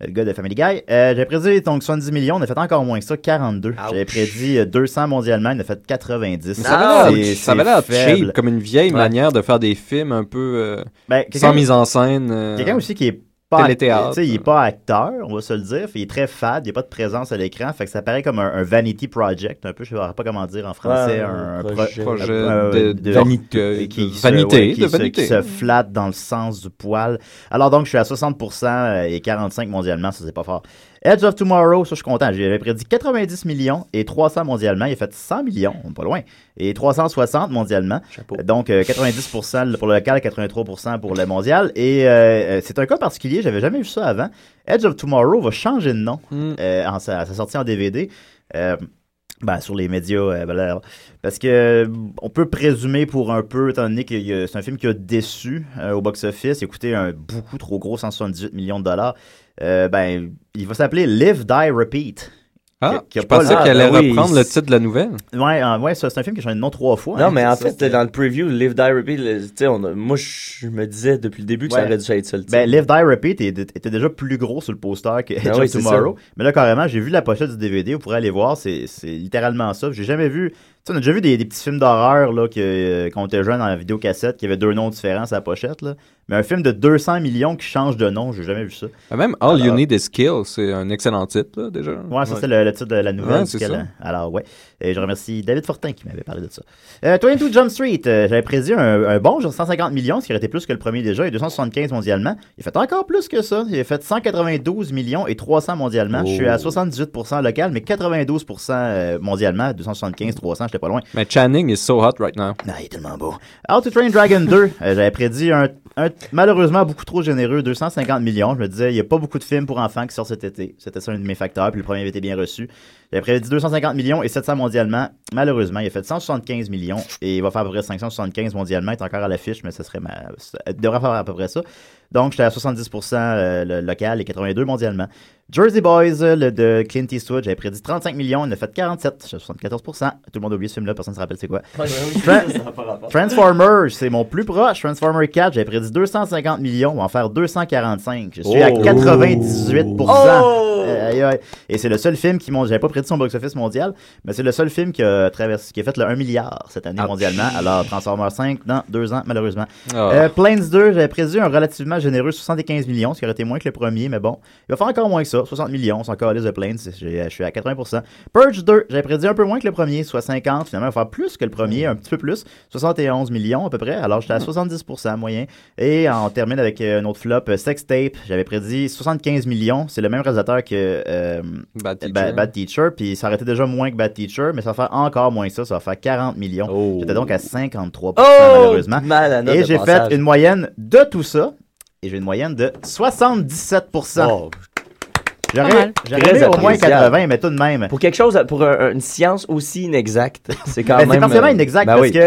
Le gars de Family Guy. Euh, j'ai prédit donc 70 millions, on a fait encore moins que ça, 42. J'avais prédit euh, 200 mondialement, on a fait 90.
Mais ça avait l'air-
C'est-
ça
c'est
avait l'air
faible.
cheap, comme une vieille
Ouais.
manière de faire des films un peu euh,
Ben, quelqu'un-
sans mise en scène. euh,
Quelqu'un aussi qui est pas, act- tu
téléthéâtre. euh.
sais, il est pas acteur, on va se le dire. Fait, Il est très fade, il n'y a pas de présence à l'écran. Fait que ça paraît comme un, un vanity project, un peu, je ne sais pas comment dire en français,
Ouais,
un
un
pro-
projet-
un-
projet
un-
de-
vanité,
de-
euh, qui
de
se-
vanité,
ouais, qui
de
se-
vanité.
qui se flatte dans le sens du poil. Alors donc, je suis à 60% euh, et 45 mondialement, ça c'est pas fort. Edge of Tomorrow, ça je suis content. J'avais prédit 90 millions et 300 mondialement. Il a fait 100 millions, on est pas loin. Et 360 mondialement. Donc euh, 90% pour le local, 83% pour le mondial. Et euh, euh, c'est un cas particulier, j'avais jamais vu ça avant. Edge of Tomorrow va changer de nom
Hmm.
euh, en sa, sa sortie en DVD. Euh, ben, sur les médias, euh, ben là, parce que euh, on peut présumer pour un peu, étant donné que euh, c'est un film qui a déçu euh, au box-office, il a coûté un beaucoup trop gros 178 millions de dollars. Euh, ben, il va s'appeler Live, Die, Repeat.
Ah,
qui a
je pensais
le-
qu'elle allait reprendre le titre de la nouvelle.
Ouais, euh, ouais, ça, c'est un film que j'ai un nom trois fois.
Non,
hein,
mais
c'est
en
ça,
fait, dans le preview, Live Die Repeat, le- tu sais, on a- moi, je me disais depuis le début que ça
Ouais.
aurait dû être ça le titre.
Ben, Live Die Repeat était, était déjà plus gros sur le poster que
Ah
Edge of
oui, c'est
Tomorrow.
ça.
Mais là, carrément, j'ai vu la pochette du DVD. Vous pourrez aller voir. C'est c'est littéralement ça. J'ai jamais vu. Tu sais, on a déjà vu des, des petits films d'horreur là, que, euh, quand on était jeune dans la vidéocassette qui avait deux noms différents sur la pochette. Là. Mais un film de 200 millions qui change de nom, j'ai jamais vu ça.
Ah, Même All You
Alors-
Need Is Kill, c'est un excellent titre, là, déjà.
Ouais, ça, c'est le, le titre de la nouvelle.
Ouais, c'est
duquel-
ça.
Alors, ouais. Et je remercie David Fortin qui m'avait parlé de ça. Euh, 22 Jump Street, euh, j'avais prédit un, un bon, genre 150 millions, ce qui aurait été plus que le premier déjà, et 275 mondialement. Il a fait encore plus que ça. Il a fait 192 millions et 300 mondialement. Je suis à
Oh.
78% local, mais 92% euh, mondialement. 275, 300, j'étais pas loin.
Mais Channing is so hot right now.
Ah, il est tellement beau. How to Train Dragon 2, euh, j'avais prédit un, un- malheureusement beaucoup trop généreux, 250 millions. Je me disais, il n'y a pas beaucoup de films pour enfants qui sortent cet été. C'était ça un de mes facteurs, puis le premier avait été bien reçu. J'avais prédit 250 millions et 700 mondialement. Malheureusement, il a fait 175 millions et il va faire à peu près 575 mondialement. Il est encore à l'affiche, mais ça serait ma... ça- il devrait faire à peu près ça. Donc, j'étais à 70% euh, le local et 82 mondialement. Jersey Boys, euh, le de Clint Eastwood, j'avais prédit 35 millions, il en a fait 47, j'étais à 74%. Tout le monde oublie ce film-là, personne ne se rappelle c'est quoi.
Ouais, ouais, oui.
Tran-
Ça n'a pas rapport.
Transformers, c'est mon plus proche. Transformers 4, j'avais prédit 250 millions, on va en faire 245. Je suis à
Oh.
98%.
Oh.
Euh, aïe, aïe. Et c'est le seul film qui monte. J'avais pas prédit son box-office mondial, mais c'est le seul film qui a, traversé, qui a fait le 1 milliard cette année mondialement. Alors, Transformers 5, dans deux ans, malheureusement.
Ah.
Euh, Planes 2, j'avais prévu un relativement généreux 75 millions, ce qui aurait été moins que le premier, mais bon. Il va faire encore moins que ça, 60 millions, c'est encore les The Planes, j'ai- je suis à 80%. Purge 2, j'avais prévu un peu moins que le premier, soit 50, finalement, il va faire plus que le
Mm.
premier, un petit peu plus, 71 millions à peu près, alors j'étais à 70% moyen. Et on termine avec euh, un autre flop, euh, Sex Tape, j'avais prédit 75 millions, c'est le même réalisateur que euh,
Bad
Ba-
Teacher.
Bad Teacher, puis ça aurait été déjà moins que Bad Teacher, mais ça va faire encore moins que ça, ça va faire 40
Oh.
millions. J'étais donc à 53%
Oh,
malheureusement.
mal à note
Et
de
j'ai
passage.
fait une moyenne de tout ça. Et j'ai une moyenne de 77%.
Pas mal.
J'aurais j'aurais
Très
aimé au moins
appréciable.
80, mais tout de même.
Pour quelque chose, pour un- une science aussi inexacte, c'est quand
Ben,
même.
c'est forcément
euh,
inexact
ben
parce
oui.
que,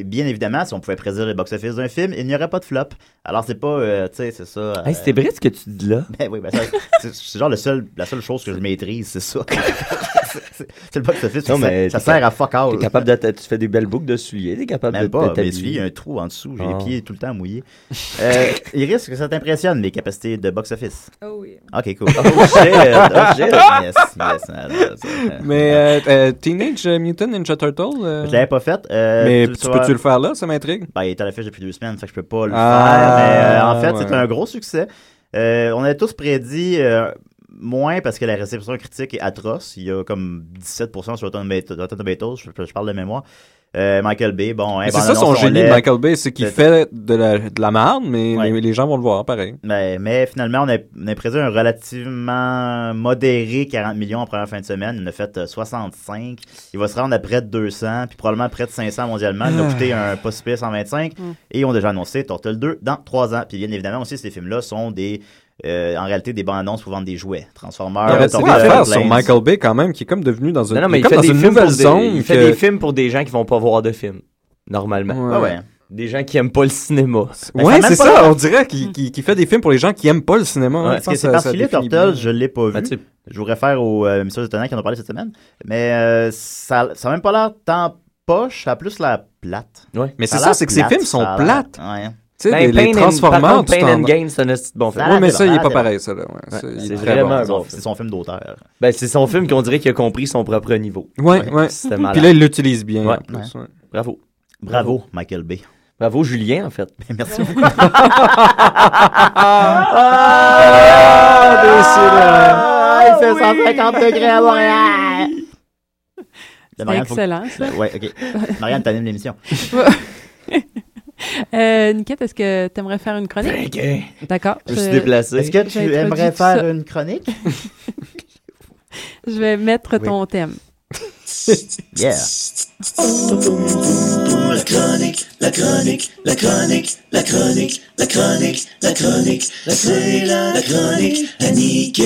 euh, bien évidemment, si on pouvait prédire le box-office d'un film, il n'y aurait pas de flop. Alors, c'est pas, euh, tu sais, c'est ça.
Hey, c'était vrai ce que tu dis là.
Ben oui, ben ça, c'est- c'est genre le seul, la seule chose que je maîtrise, c'est ça. C'est- c'est c'est le box-office.
Non,
ça-
mais
Ça
t'es cap-
sert à fuck all.
T'es capable de, t- tu fais des belles boucles de souliers, t'es capable
Oh, Même
de
pas,
de
mes
t'habiller.
souliers, il y a un trou en dessous, j'ai
Ah.
les pieds tout le temps mouillés. Euh, il risque que ça t'impressionne, mes capacités de box-office.
Oh oui.
Ok, cool.
Oh shit, oh shit.
Yes, yes. euh, euh,
Mais euh, euh, Teenage Mutant Ninja Turtle. euh,
Je l'avais pas fait. euh,
mais
le
tu
sauras-
peux-tu le faire là Ça m'intrigue.
Ben, il est à l'affiche depuis deux semaines, fait que je peux pas le
Ah,
faire. Mais euh, en fait,
ouais.
c'est un gros succès. Euh, on avait tous prédit euh, moins parce que la réception critique est atroce. Il y a comme 17% sur Rotten Tomatoes, Rotten Tomatoes, je, je parle de mémoire. Euh, Michael Bay, bon, hein,
Mais
bande
c'est ça son
annonce, on
génie,
lève.
Michael Bay, c'est qu'il
Le-
fait de la, de la marde, mais les, les gens vont le voir, pareil.
Mais, Ben, mais finalement, on a, on a prévu un relativement modéré 40 millions en première fin de semaine. On a fait euh, 65. Il va se rendre à près de 200, puis probablement près de 500 mondialement. Il a
Ah.
coûté un pas si pire 125.
Mm.
Et on a déjà annoncé Turtle 2 dans 3 ans. Puis bien évidemment aussi, ces films-là sont des... euh, en réalité, des bandes annonces pour vendre des jouets.
Il y
Transformers,
aurait des
Turtles,
affaires sur
Planes.
Michael Bay quand même, qui est comme devenu dans une,
Non, non, mais
il
il
est
fait,
comme
des
dans une
films,
nouvelle
pour des,
zone.
il fait
que-
des films Ah pour des gens qui vont pas voir de films, normalement.
Ah
Ouais. Ouais, ouais.
Des gens qui aiment pas le cinéma.
Ouais, c'est Ben, ça, on dirait qu'il qu'il- qu'il fait des films pour les gens qui aiment pas le cinéma.
Ouais,
hein.
parce que
Ça,
c'est
ça-
parti
ça
les
définit
Turtles,
bien.
je l'ai pas vu. je vous réfère au euh, Messieurs étonnants qui en ont parlé cette semaine. Mais euh, ça ça a même pas l'air tant poche, ça a plus l'air plate.
Mais c'est
a
ça,
l'air
c'est que ces
plate,
films sont
ça a l'air-
plates.
Ouais.
Tu sais, Ben, les- les Ben, Pain and- Transformers, par contre, tu Pain t'en- and Gain,
c'est un esti de bon film.
Ça a
Ouais, mais
l'air
ça, il est
plate,
pas
c'est
pareil,
bon.
ça, là, ouais.
Ouais,
Ça, il est
c'est
très
vraiment
bon.
un bon film. C'est son film d'auteur.
Ben, c'est son film qu'on dirait qu'il a compris son propre niveau.
Ouais, ouais.
C'était
Puis
malade.
là, il l'utilise bien,
Ouais.
en plus, ouais.
Bravo.
Bravo, Michael Bay. Ben,
Bravo, Julien, en fait.
Merci beaucoup.
Ah,
il fait 150 degrés à Montréal.
C'est
Ah, Marianne, faut-
Ah, excellent, ça.
Ouais, ok. Marianne, t'animes l'émission.
Euh, Niquette, est-ce que tu aimerais faire une chronique? D'accord.
Je me suis déplacé. Est-ce que tu
j'ai introduit
aimerais
tout
faire
ça.
une chronique?
Je vais mettre ton thème.
Yeah.
La chronique, la chronique, la chronique, la chronique, la chronique, la chronique, c'est la chronique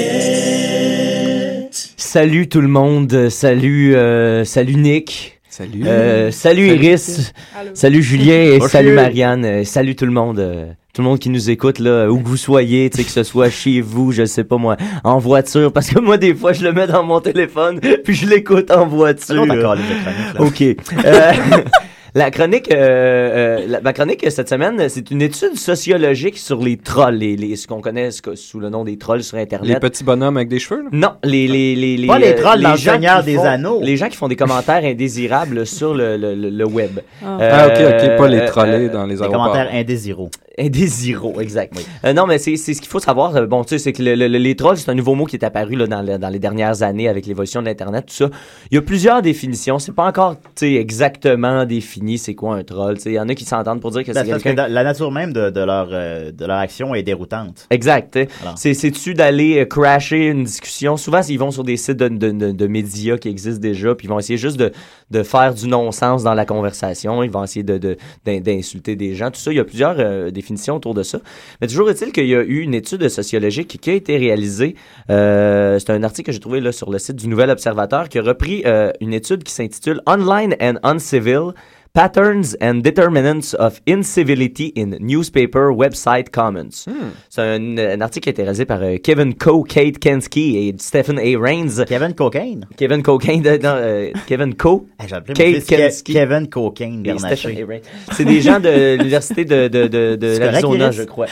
à
Salut tout le monde. Euh, Salut, euh, salut Nick.
Salut.
Euh, salut Iris. Salut Julien et
Bonjour.
salut Marianne. Euh, Salut tout le monde. Euh, Tout le monde qui nous écoute, là, où que vous soyez, tu sais, que ce soit chez vous, je sais pas moi, en voiture, parce que moi, des fois, je le mets dans mon téléphone, puis je l'écoute en
Ah
voiture.
encore les chroniques, là.
OK. Euh, La chronique, euh, euh, la- ma chronique euh, cette semaine, c'est une étude sociologique sur les trolls, les, les- ce qu'on connaît ce que- sous le nom des trolls sur Internet.
Les petits bonhommes avec des cheveux, là?
Non, les, les, les,
Pas les
euh,
trolls dans le
gens
Seigneur
qui
des
font-
Anneaux.
Les gens qui font des commentaires indésirables sur le, le, le- le web. Euh,
Ah.
Ah, ok, ok, pas les trollés dans euh, les
des
aéroports.
commentaires indésirables.
Indésirables, exact. Euh, non, mais c'est c'est ce qu'il faut savoir. Euh, Bon, tu sais, c'est que le- le- le- les trolls, c'est un nouveau mot qui est apparu là, dans, le- dans les dernières années avec l'évolution de l'Internet, tout ça. Il y a plusieurs définitions. C'est pas encore tu sais, exactement défini c'est quoi un troll. Tu sais, Il y en a qui s'entendent pour dire que
Ben,
c'est
c'est parce que
quelqu'un
dans- la nature même de, de leur, euh, de leur action est déroutante.
Exact. hein.
Alors.
C'est c'est-tu d'aller euh, crasher une discussion? Souvent, ils vont sur des sites de, de- de- de médias qui existent déjà, puis ils vont essayer juste de, de faire du non-sens dans la conversation. Ils vont essayer de- de- d'in- d'insulter des gens. Tout ça, il y a plusieurs euh, définitions autour de ça. Mais toujours est-il qu'il y a eu une étude sociologique qui a été réalisée. Euh, C'est un article que j'ai trouvé là, sur le site du Nouvel Observateur qui a repris euh, une étude qui s'intitule Online and Uncivil. Patterns and Determinants of Incivility in Newspaper Website Comments.
Hmm.
C'est un, un article qui a été réalisé par euh, Kevin Co, Kate Kensky et Stephen A. Rains. Kevin Cocaine. Kevin Cocaine. de- non, euh, Kevin Co.
appelé mon
Kate
fils Ke-
Kensky.
Kevin Cocaine
et
Bernaché.
Stephen A. Rains. C'est des gens de l'université de, de, de, de
C'est correct,
l'Arizona,
Iris?
je crois.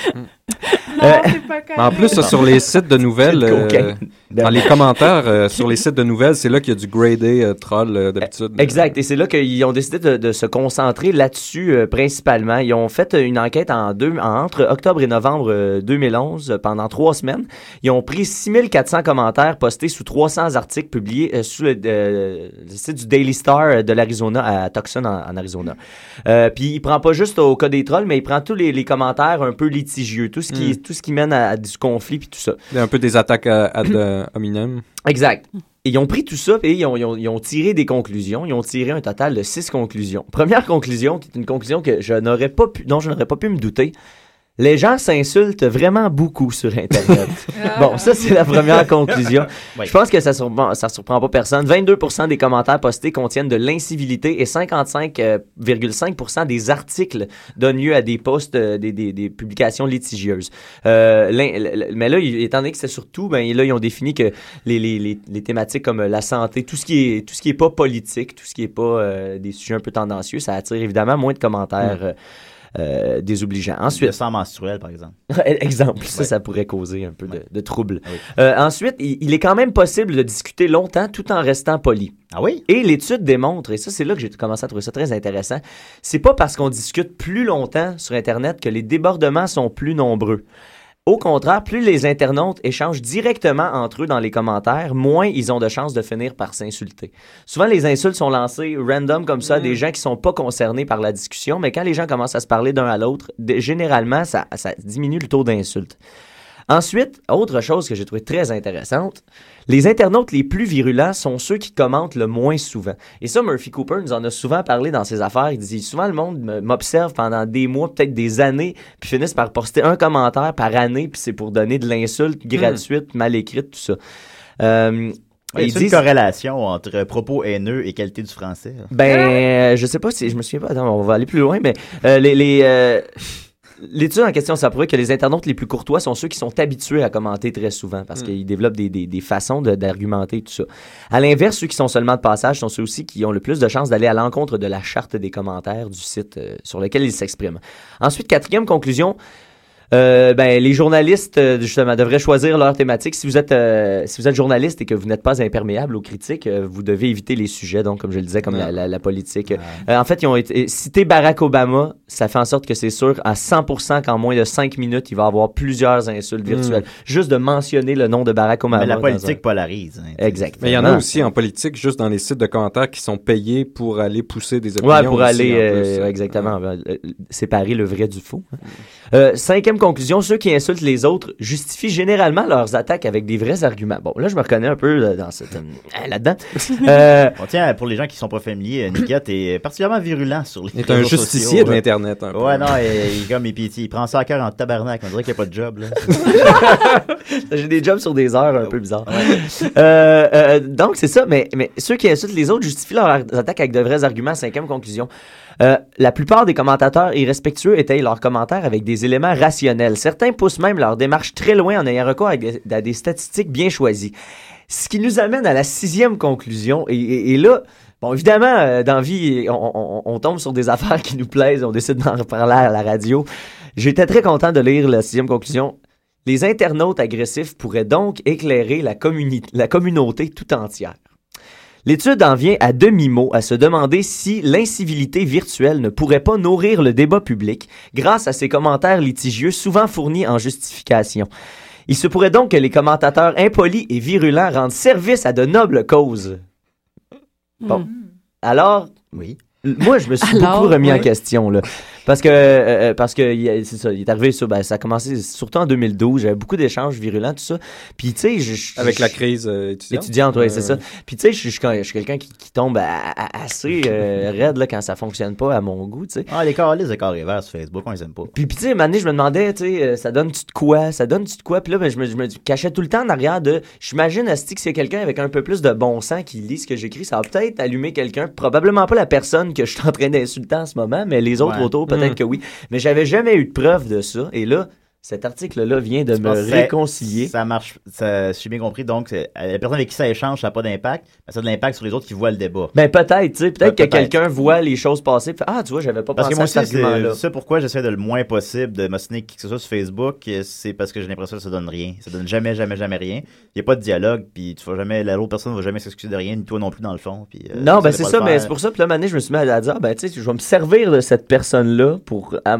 Euh,
En plus, ça, sur les sites de nouvelles,
C'est cocaine.
euh, dans les commentaires euh, sur les sites de nouvelles, c'est là qu'il y a du gradé euh, troll euh, d'habitude.
Exact. Et c'est là qu'ils ont décidé de, de se concentrer là-dessus euh, principalement. Ils ont fait euh, une enquête en deux, en- entre octobre et novembre euh, 2011 euh, pendant trois semaines. Ils ont pris 6400 commentaires postés sous 300 articles publiés euh, sous le, euh, le site du Daily Star euh, de l'Arizona à Tucson en, en Arizona. Euh, Puis il prend pas juste au cas des trolls, mais il prend tous les, les commentaires un peu litigieux, tout ce qui,
Mm.
tout ce qui mène à, à du conflit puis tout ça.
Un peu des attaques à, à de- euh, hominem.
Exact. Ils ont pris tout ça et ils ont, ils ont- ils ont tiré des conclusions. Ils ont tiré un total de six conclusions. Première conclusion, qui est une conclusion que je n'aurais pas pu, dont je n'aurais pas pu me douter. Les gens s'insultent vraiment beaucoup sur Internet. bon, ça, c'est la première conclusion.
Oui.
Je pense que ça surprend, ça surprend pas personne. 22 des commentaires postés contiennent de l'incivilité et euh, 55,5 des articles donnent lieu à des posts, euh, des, des- des publications litigieuses. Euh, l'in- l- l- mais là, il- étant donné que c'est surtout, ben, là, ils ont défini que les, les- les- les thématiques comme euh, la santé, tout ce qui est, tout ce qui est pas politique, tout ce qui est pas euh, des sujets un peu tendancieux, ça attire évidemment moins de commentaires.
Mm.
euh, euh, désobligeants. Ensuite,
Le sang menstruel, par exemple.
Exemple, ça,
Ouais.
ça pourrait causer un peu de, de trouble. Euh, ensuite, il, il est quand même possible de discuter longtemps tout en restant poli.
Ah oui?
Et l'étude démontre, et ça, c'est là que j'ai commencé à trouver ça très intéressant, c'est pas parce qu'on discute plus longtemps sur Internet que les débordements sont plus nombreux. Au contraire, plus les internautes échangent directement entre eux dans les commentaires, moins ils ont de chances de finir par s'insulter. Souvent, les insultes sont lancées random comme ça à des gens qui sont pas concernés par la discussion, mais quand les gens commencent à se parler d'un à l'autre, dé- généralement, ça, ça diminue le taux d'insultes. Ensuite, autre chose que j'ai trouvé très intéressante, les internautes les plus virulents sont ceux qui commentent le moins souvent. Et ça, Murphy Cooper nous en a souvent parlé dans ses affaires. Il dit souvent le monde me- m'observe pendant des mois, peut-être des années, puis finissent par poster un commentaire par année, puis c'est pour donner de l'insulte gratuite, mal écrite, tout ça. Euh,
Il
ils
y a une
disent-
corrélation entre propos haineux et qualité du français.
ben, euh, je sais pas si je me souviens pas. Attends, on va aller plus loin, mais euh, les. les, euh, L'étude en question, ça prouve que les internautes les plus courtois sont ceux qui sont habitués à commenter très souvent parce
Mm.
qu'ils développent des, des- des façons de- d'argumenter et tout ça. À l'inverse, ceux qui sont seulement de passage sont ceux aussi qui ont le plus de chances d'aller à l'encontre de la charte des commentaires du site euh, sur lequel ils s'expriment. Ensuite, quatrième conclusion, euh, ben, les journalistes, euh, justement, devraient choisir leur thématique. Si vous êtes, euh, si vous êtes journaliste et que vous n'êtes pas imperméable aux critiques, euh, vous devez éviter les sujets, donc, comme je le disais, comme la, la- la politique. Euh, en fait, ils ont été, citer Barack Obama, ça fait en sorte que c'est sûr à 100% qu'en moins de 5 minutes, il va y avoir plusieurs insultes
Mm.
virtuelles. Juste de mentionner le nom de Barack Obama.
Mais la
Ah, dans
politique
un-
polarise. hein, tu sais.
Exact.
Mais il y en a
Vraiment.
aussi en politique, juste dans les sites de commentaires qui sont payés pour aller pousser des opinions.
Ouais, pour
aussi,
aller
en
euh,
plus.
exactement euh, euh, séparer le vrai du faux. hein. Euh, cinquième conclusion, ceux qui insultent les autres justifient généralement leurs attaques avec des vrais arguments. Bon, là je me reconnais un peu euh, dans cette euh, là-dedans. Euh,
Bon, tiens, pour les gens qui sont pas familiers, euh, Nickette est particulièrement virulent sur les
Il est un
réseaux
justicier
sociaux,
de
là.
l'Internet, un peu.
Ouais, non, et, il, comme, il, puis il prend ça à cœur en tabarnak. On dirait qu'il n'y a pas de job, là.
J'ai des jobs sur des heures un peu bizarres. Euh, euh, donc, c'est ça. Mais, mais ceux qui insultent les autres justifient leurs attaques avec de vrais arguments. Cinquième conclusion. Euh, la plupart des commentateurs irrespectueux étayent leurs commentaires avec des éléments rationnels. Certains poussent même leur démarche très loin en ayant recours à des, à des statistiques bien choisies. Ce qui nous amène à la sixième conclusion. Et, et- et là, bon, évidemment, euh, dans vie, on, on- on tombe sur des affaires qui nous plaisent, on décide d'en reparler à la radio. J'étais très content de lire la sixième conclusion. Les internautes agressifs pourraient donc éclairer la, communi- la communauté tout entière. L'étude en vient à demi-mot à se demander si l'incivilité virtuelle ne pourrait pas nourrir le débat public grâce à ses commentaires litigieux souvent fournis en justification. Il se pourrait donc que les commentateurs impolis et virulents rendent service à de nobles causes. Bon. Alors, oui. Moi, je me suis
Hmm. Alors,
beaucoup remis en
oui.
question, là. Parce que, euh, euh, parce que il y a- c'est ça, il est arrivé sur, ben, ça a commencé surtout en 2012. J'avais beaucoup d'échanges virulents, tout ça. Puis, tu sais, je- je-
Avec la
je-
crise euh, étudiante.
étudiante, oui,
Euh,
c'est ça. Puis tu sais, je suis- je suis quand- je suis quelqu'un qui, qui tombe à- à- assez euh, raide là, quand ça fonctionne pas à mon goût, tu sais.
Ah, les carrés, les carrés verts sur Facebook, on les aime pas.
Puis, puis tu sais, un moment donné, je me demandais, tu sais, euh, ça donne-tu de quoi? Ça donne-tu de quoi? Puis là, ben, je, me, je me cachais tout le temps en arrière de. J'imagine, Asti, que c'est quelqu'un avec un peu plus de bon sens qui lit ce que j'écris. Ça va peut-être allumer quelqu'un. Probablement pas la personne que je suis en train d'insulter en ce moment, mais les autres
Ouais.
autour, peut-être
Mm.
que oui. Mais j'avais jamais eu de preuve de ça. Et là, cet article-là vient de
Je
me
pense que ça-
réconcilier.
Ça marche, ça, si j'ai bien compris. Donc, c'est- euh, la personne avec qui ça échange, ça n'a pas d'impact. mais ça a de l'impact sur les autres qui voient le débat.
Ben peut-être, tu sais, peut-être
Ouais,
que
peut-être.
quelqu'un voit les choses passer, fait, ah tu vois, j'avais pas
Parce que
pensé
moi
à
aussi,
cet argument-là.
c'est ça pourquoi j'essaie de le moins possible de m'assiner qui que ce soit sur Facebook, euh, c'est parce que j'ai l'impression que ça donne rien. Ça donne jamais, jamais, jamais rien. Il n'y a pas de dialogue, puis tu vas jamais, la- l'autre personne ne va jamais s'excuser de rien, ni toi non plus dans le fond. Puis, euh,
Non,
tu
ben
sais
c'est
pas
ça,
le
mais
faire.
c'est pour ça, puis là, maintenant, je me suis mis à dire, ah, ben tu sais, je vais me servir de cette personne-là pour ah,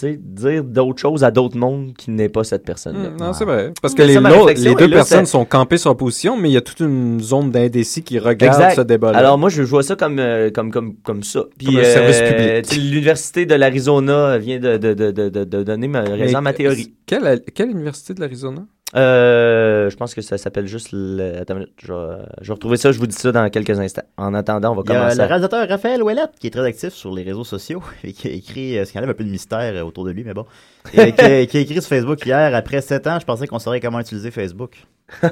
tu sais, dire d'autres choses à d'autres mondes qui n'est pas cette personne-là.
Hmm, non, c'est vrai. Parce que
C'est
les,
ça, ma
l'autre-
réflexion,
les deux
et là,
personnes
c'est-
sont campées sur opposition, mais il y a toute une zone d'indécis qui regarde
Exact.
ce débat-là.
Alors moi, je vois ça comme, euh, comme, comme, comme ça. Puis,
Comme un
euh,
service public.
tu sais, L'université de l'Arizona vient de, de, de, de, de- de donner ma, raison à ma
Mais,
théorie.
Quelle, quelle université de l'Arizona?
Euh, je pense que ça s'appelle juste... le- Attends, une minute, je, vais- je vais retrouver ça, je vous dis ça dans quelques instants. En attendant, on va
Il y a
commencer.
le
à-
réalisateur Raphaël Ouellette qui est très actif sur les réseaux sociaux et qui a écrit, euh, ce qui enlève un peu de mystère euh, autour de lui, mais bon, et qui, a, qui a écrit sur Facebook hier, après 7 ans, je pensais qu'on saurait comment utiliser Facebook.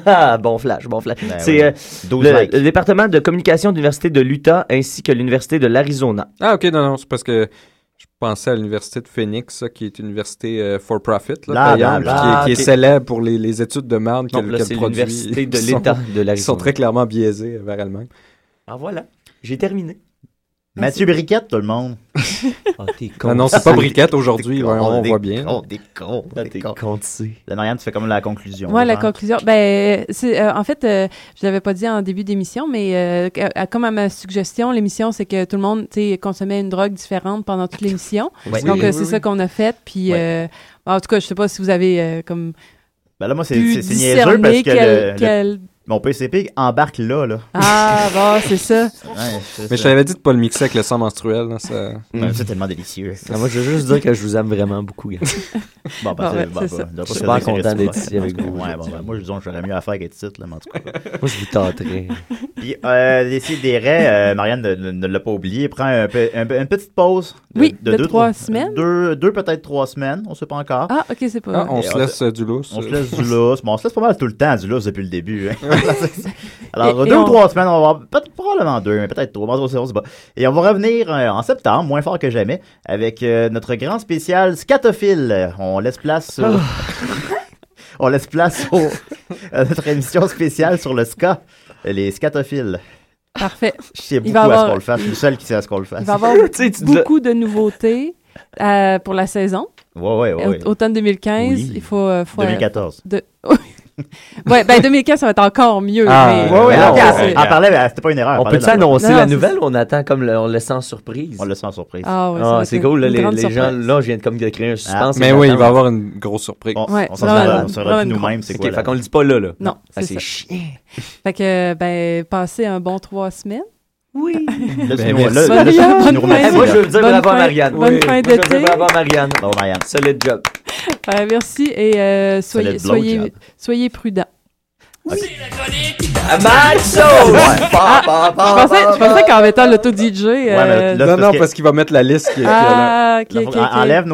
Ah, bon flash, bon flash.
Ben
c'est
oui.
euh,
12
le,
likes.
le département de communication de l'Université de l'Utah ainsi que l'Université de l'Arizona.
Ah, ok, non, non, c'est parce que je pensais à l'université de Phoenix, ça, qui est une université euh, for profit, là,
Là,
payante,
là,
qui est-
là,
qui, est,
ok.
célèbre pour les, les études de marne
Non,
qu'elle
là,
qu'elle
c'est
produit.
l'université de
qui
l'État
sont-
de
Qui
l'Arizona.
sont très clairement biaisées vers elle-même.
Ah voilà, j'ai terminé.
Mathieu Briquette, tout le monde.
Ah non, c'est pas briquette aujourd'hui, ouais, on voit bien.
Oh, des cons,
Ah,
des
cons.
Là, Marianne, tu fais comme la conclusion.
Moi, la
genre.
conclusion, ben, c'est, euh, en fait, euh, je l'avais pas dit en début d'émission, mais euh, qu- à- comme à ma suggestion, l'émission, c'est que tout le monde, tu sais, consommait une drogue différente pendant toute l'émission.
Oui.
Donc,
Oui,
euh,
oui,
c'est
oui.
ça qu'on a fait. Puis, euh, en tout cas, je sais pas si vous avez euh, comme.
Ben là, moi, c'est
pu
c'est- c'est
discerner
niaiseux parce que
quel-
le- le-
quel-
mon PCP embarque là, là.
Ah, bon, c'est ça.
Mais je t'avais dit de pas le mixer avec le sang menstruel. là, ça...
Mm. C'est tellement délicieux.
Ah, moi, je veux juste dire que je vous aime vraiment beaucoup. gars.
Bon, ben,
Ah ouais,
c'est- bon,
c'est
ben,
ça.
on doit
Je
pas
suis
se
pas
dire que c'est
content d'être
réciproque.
ici avec vous.
Ouais, bon, ben, moi, je dis, donc, j'aurais mieux à faire qu'être ici, là, mais en tout cas.
Moi, je vous tenterai.
Puis, euh, des raies, Marianne ne, ne- ne l'a pas oublié, prend un peu- un peu- une petite pause.
Oui, de
deux,
trois semaines.
Deux, deux, peut-être trois semaines, on sait pas encore.
Ah, ok, c'est pas.
Ah, on se laisse euh, du lousse.
On se laisse du lousse. Bon, on se laisse pas mal tout le temps du lousse depuis le début. hein. Alors,
Et- et
deux
on-
ou trois semaines, on va avoir peut-être- probablement deux, mais peut-être trois. On sait- on sait pas. Et on va revenir euh, en septembre, moins fort que jamais, avec euh, notre grand spécial scatophile. On laisse place sur... on laisse place au... à notre émission spéciale sur le ska, les scatophiles.
Parfait.
Je sais
Il
beaucoup
va
à ce
avoir-
qu'on le fasse. Je suis le seul qui sait à ce qu'on le fasse.
Il va y avoir beaucoup de nouveautés euh, pour la saison.
Ouais, ouais, ouais,
Euh,
ouais.
Automne 2015,
Oui.
il faut. euh, faut-
2014.
De... ouais, ben 2015, ça va être encore mieux.
Ah,
mais-
ouais, ouais,
mais
non,
on-
on-
Elle parlait, mais ah, c'était pas une erreur. elle
On
parlait
peut
de la-
annoncer
Non,
la
c'est
nouvelle ou on attend comme le- on le sent en surprise? On
le sent en surprise.
Ah ouais, ça va
c'est
être une
cool, là, les,
grande
les gens,
surprise.
là, je viens de comme de créer un suspense.
mais oui, il va y avoir une grosse surprise.
On,
Ouais,
on s'en
vraiment,
saura- on saura
vraiment
plus
une
nous-mêmes,
grosse-
c'est
Ok,
quoi.
fait
là.
qu'on le dit pas là, là.
Non,
Ah,
c'est
c'est
ça.
chiant.
Fait que, ben, passez un bon trois semaines. Oui.
Là,
Ben,
tu nous-
merci.
là, là, tu
Marianne,
nous
bonne
remercies,
fin. Moi,
là.
je veux dire
Bonne
bravo à
fin-
Marianne.
bonne fin
Moi, je veux dire
d'été.
Bravo à Marianne.
Bravo, Marianne.
Solide job.
Ouais, Ben, merci et euh, soyez,
Ça va être
soyez,
blowjob.
soyez prudents.
Macho!
Ah, je pensais, je pensais qu'en mettant l'auto-DJ...
non, non, parce qu'il va mettre la liste qui est- qui est là.
euh, Ah, ok, ok, ok.
Enlève nos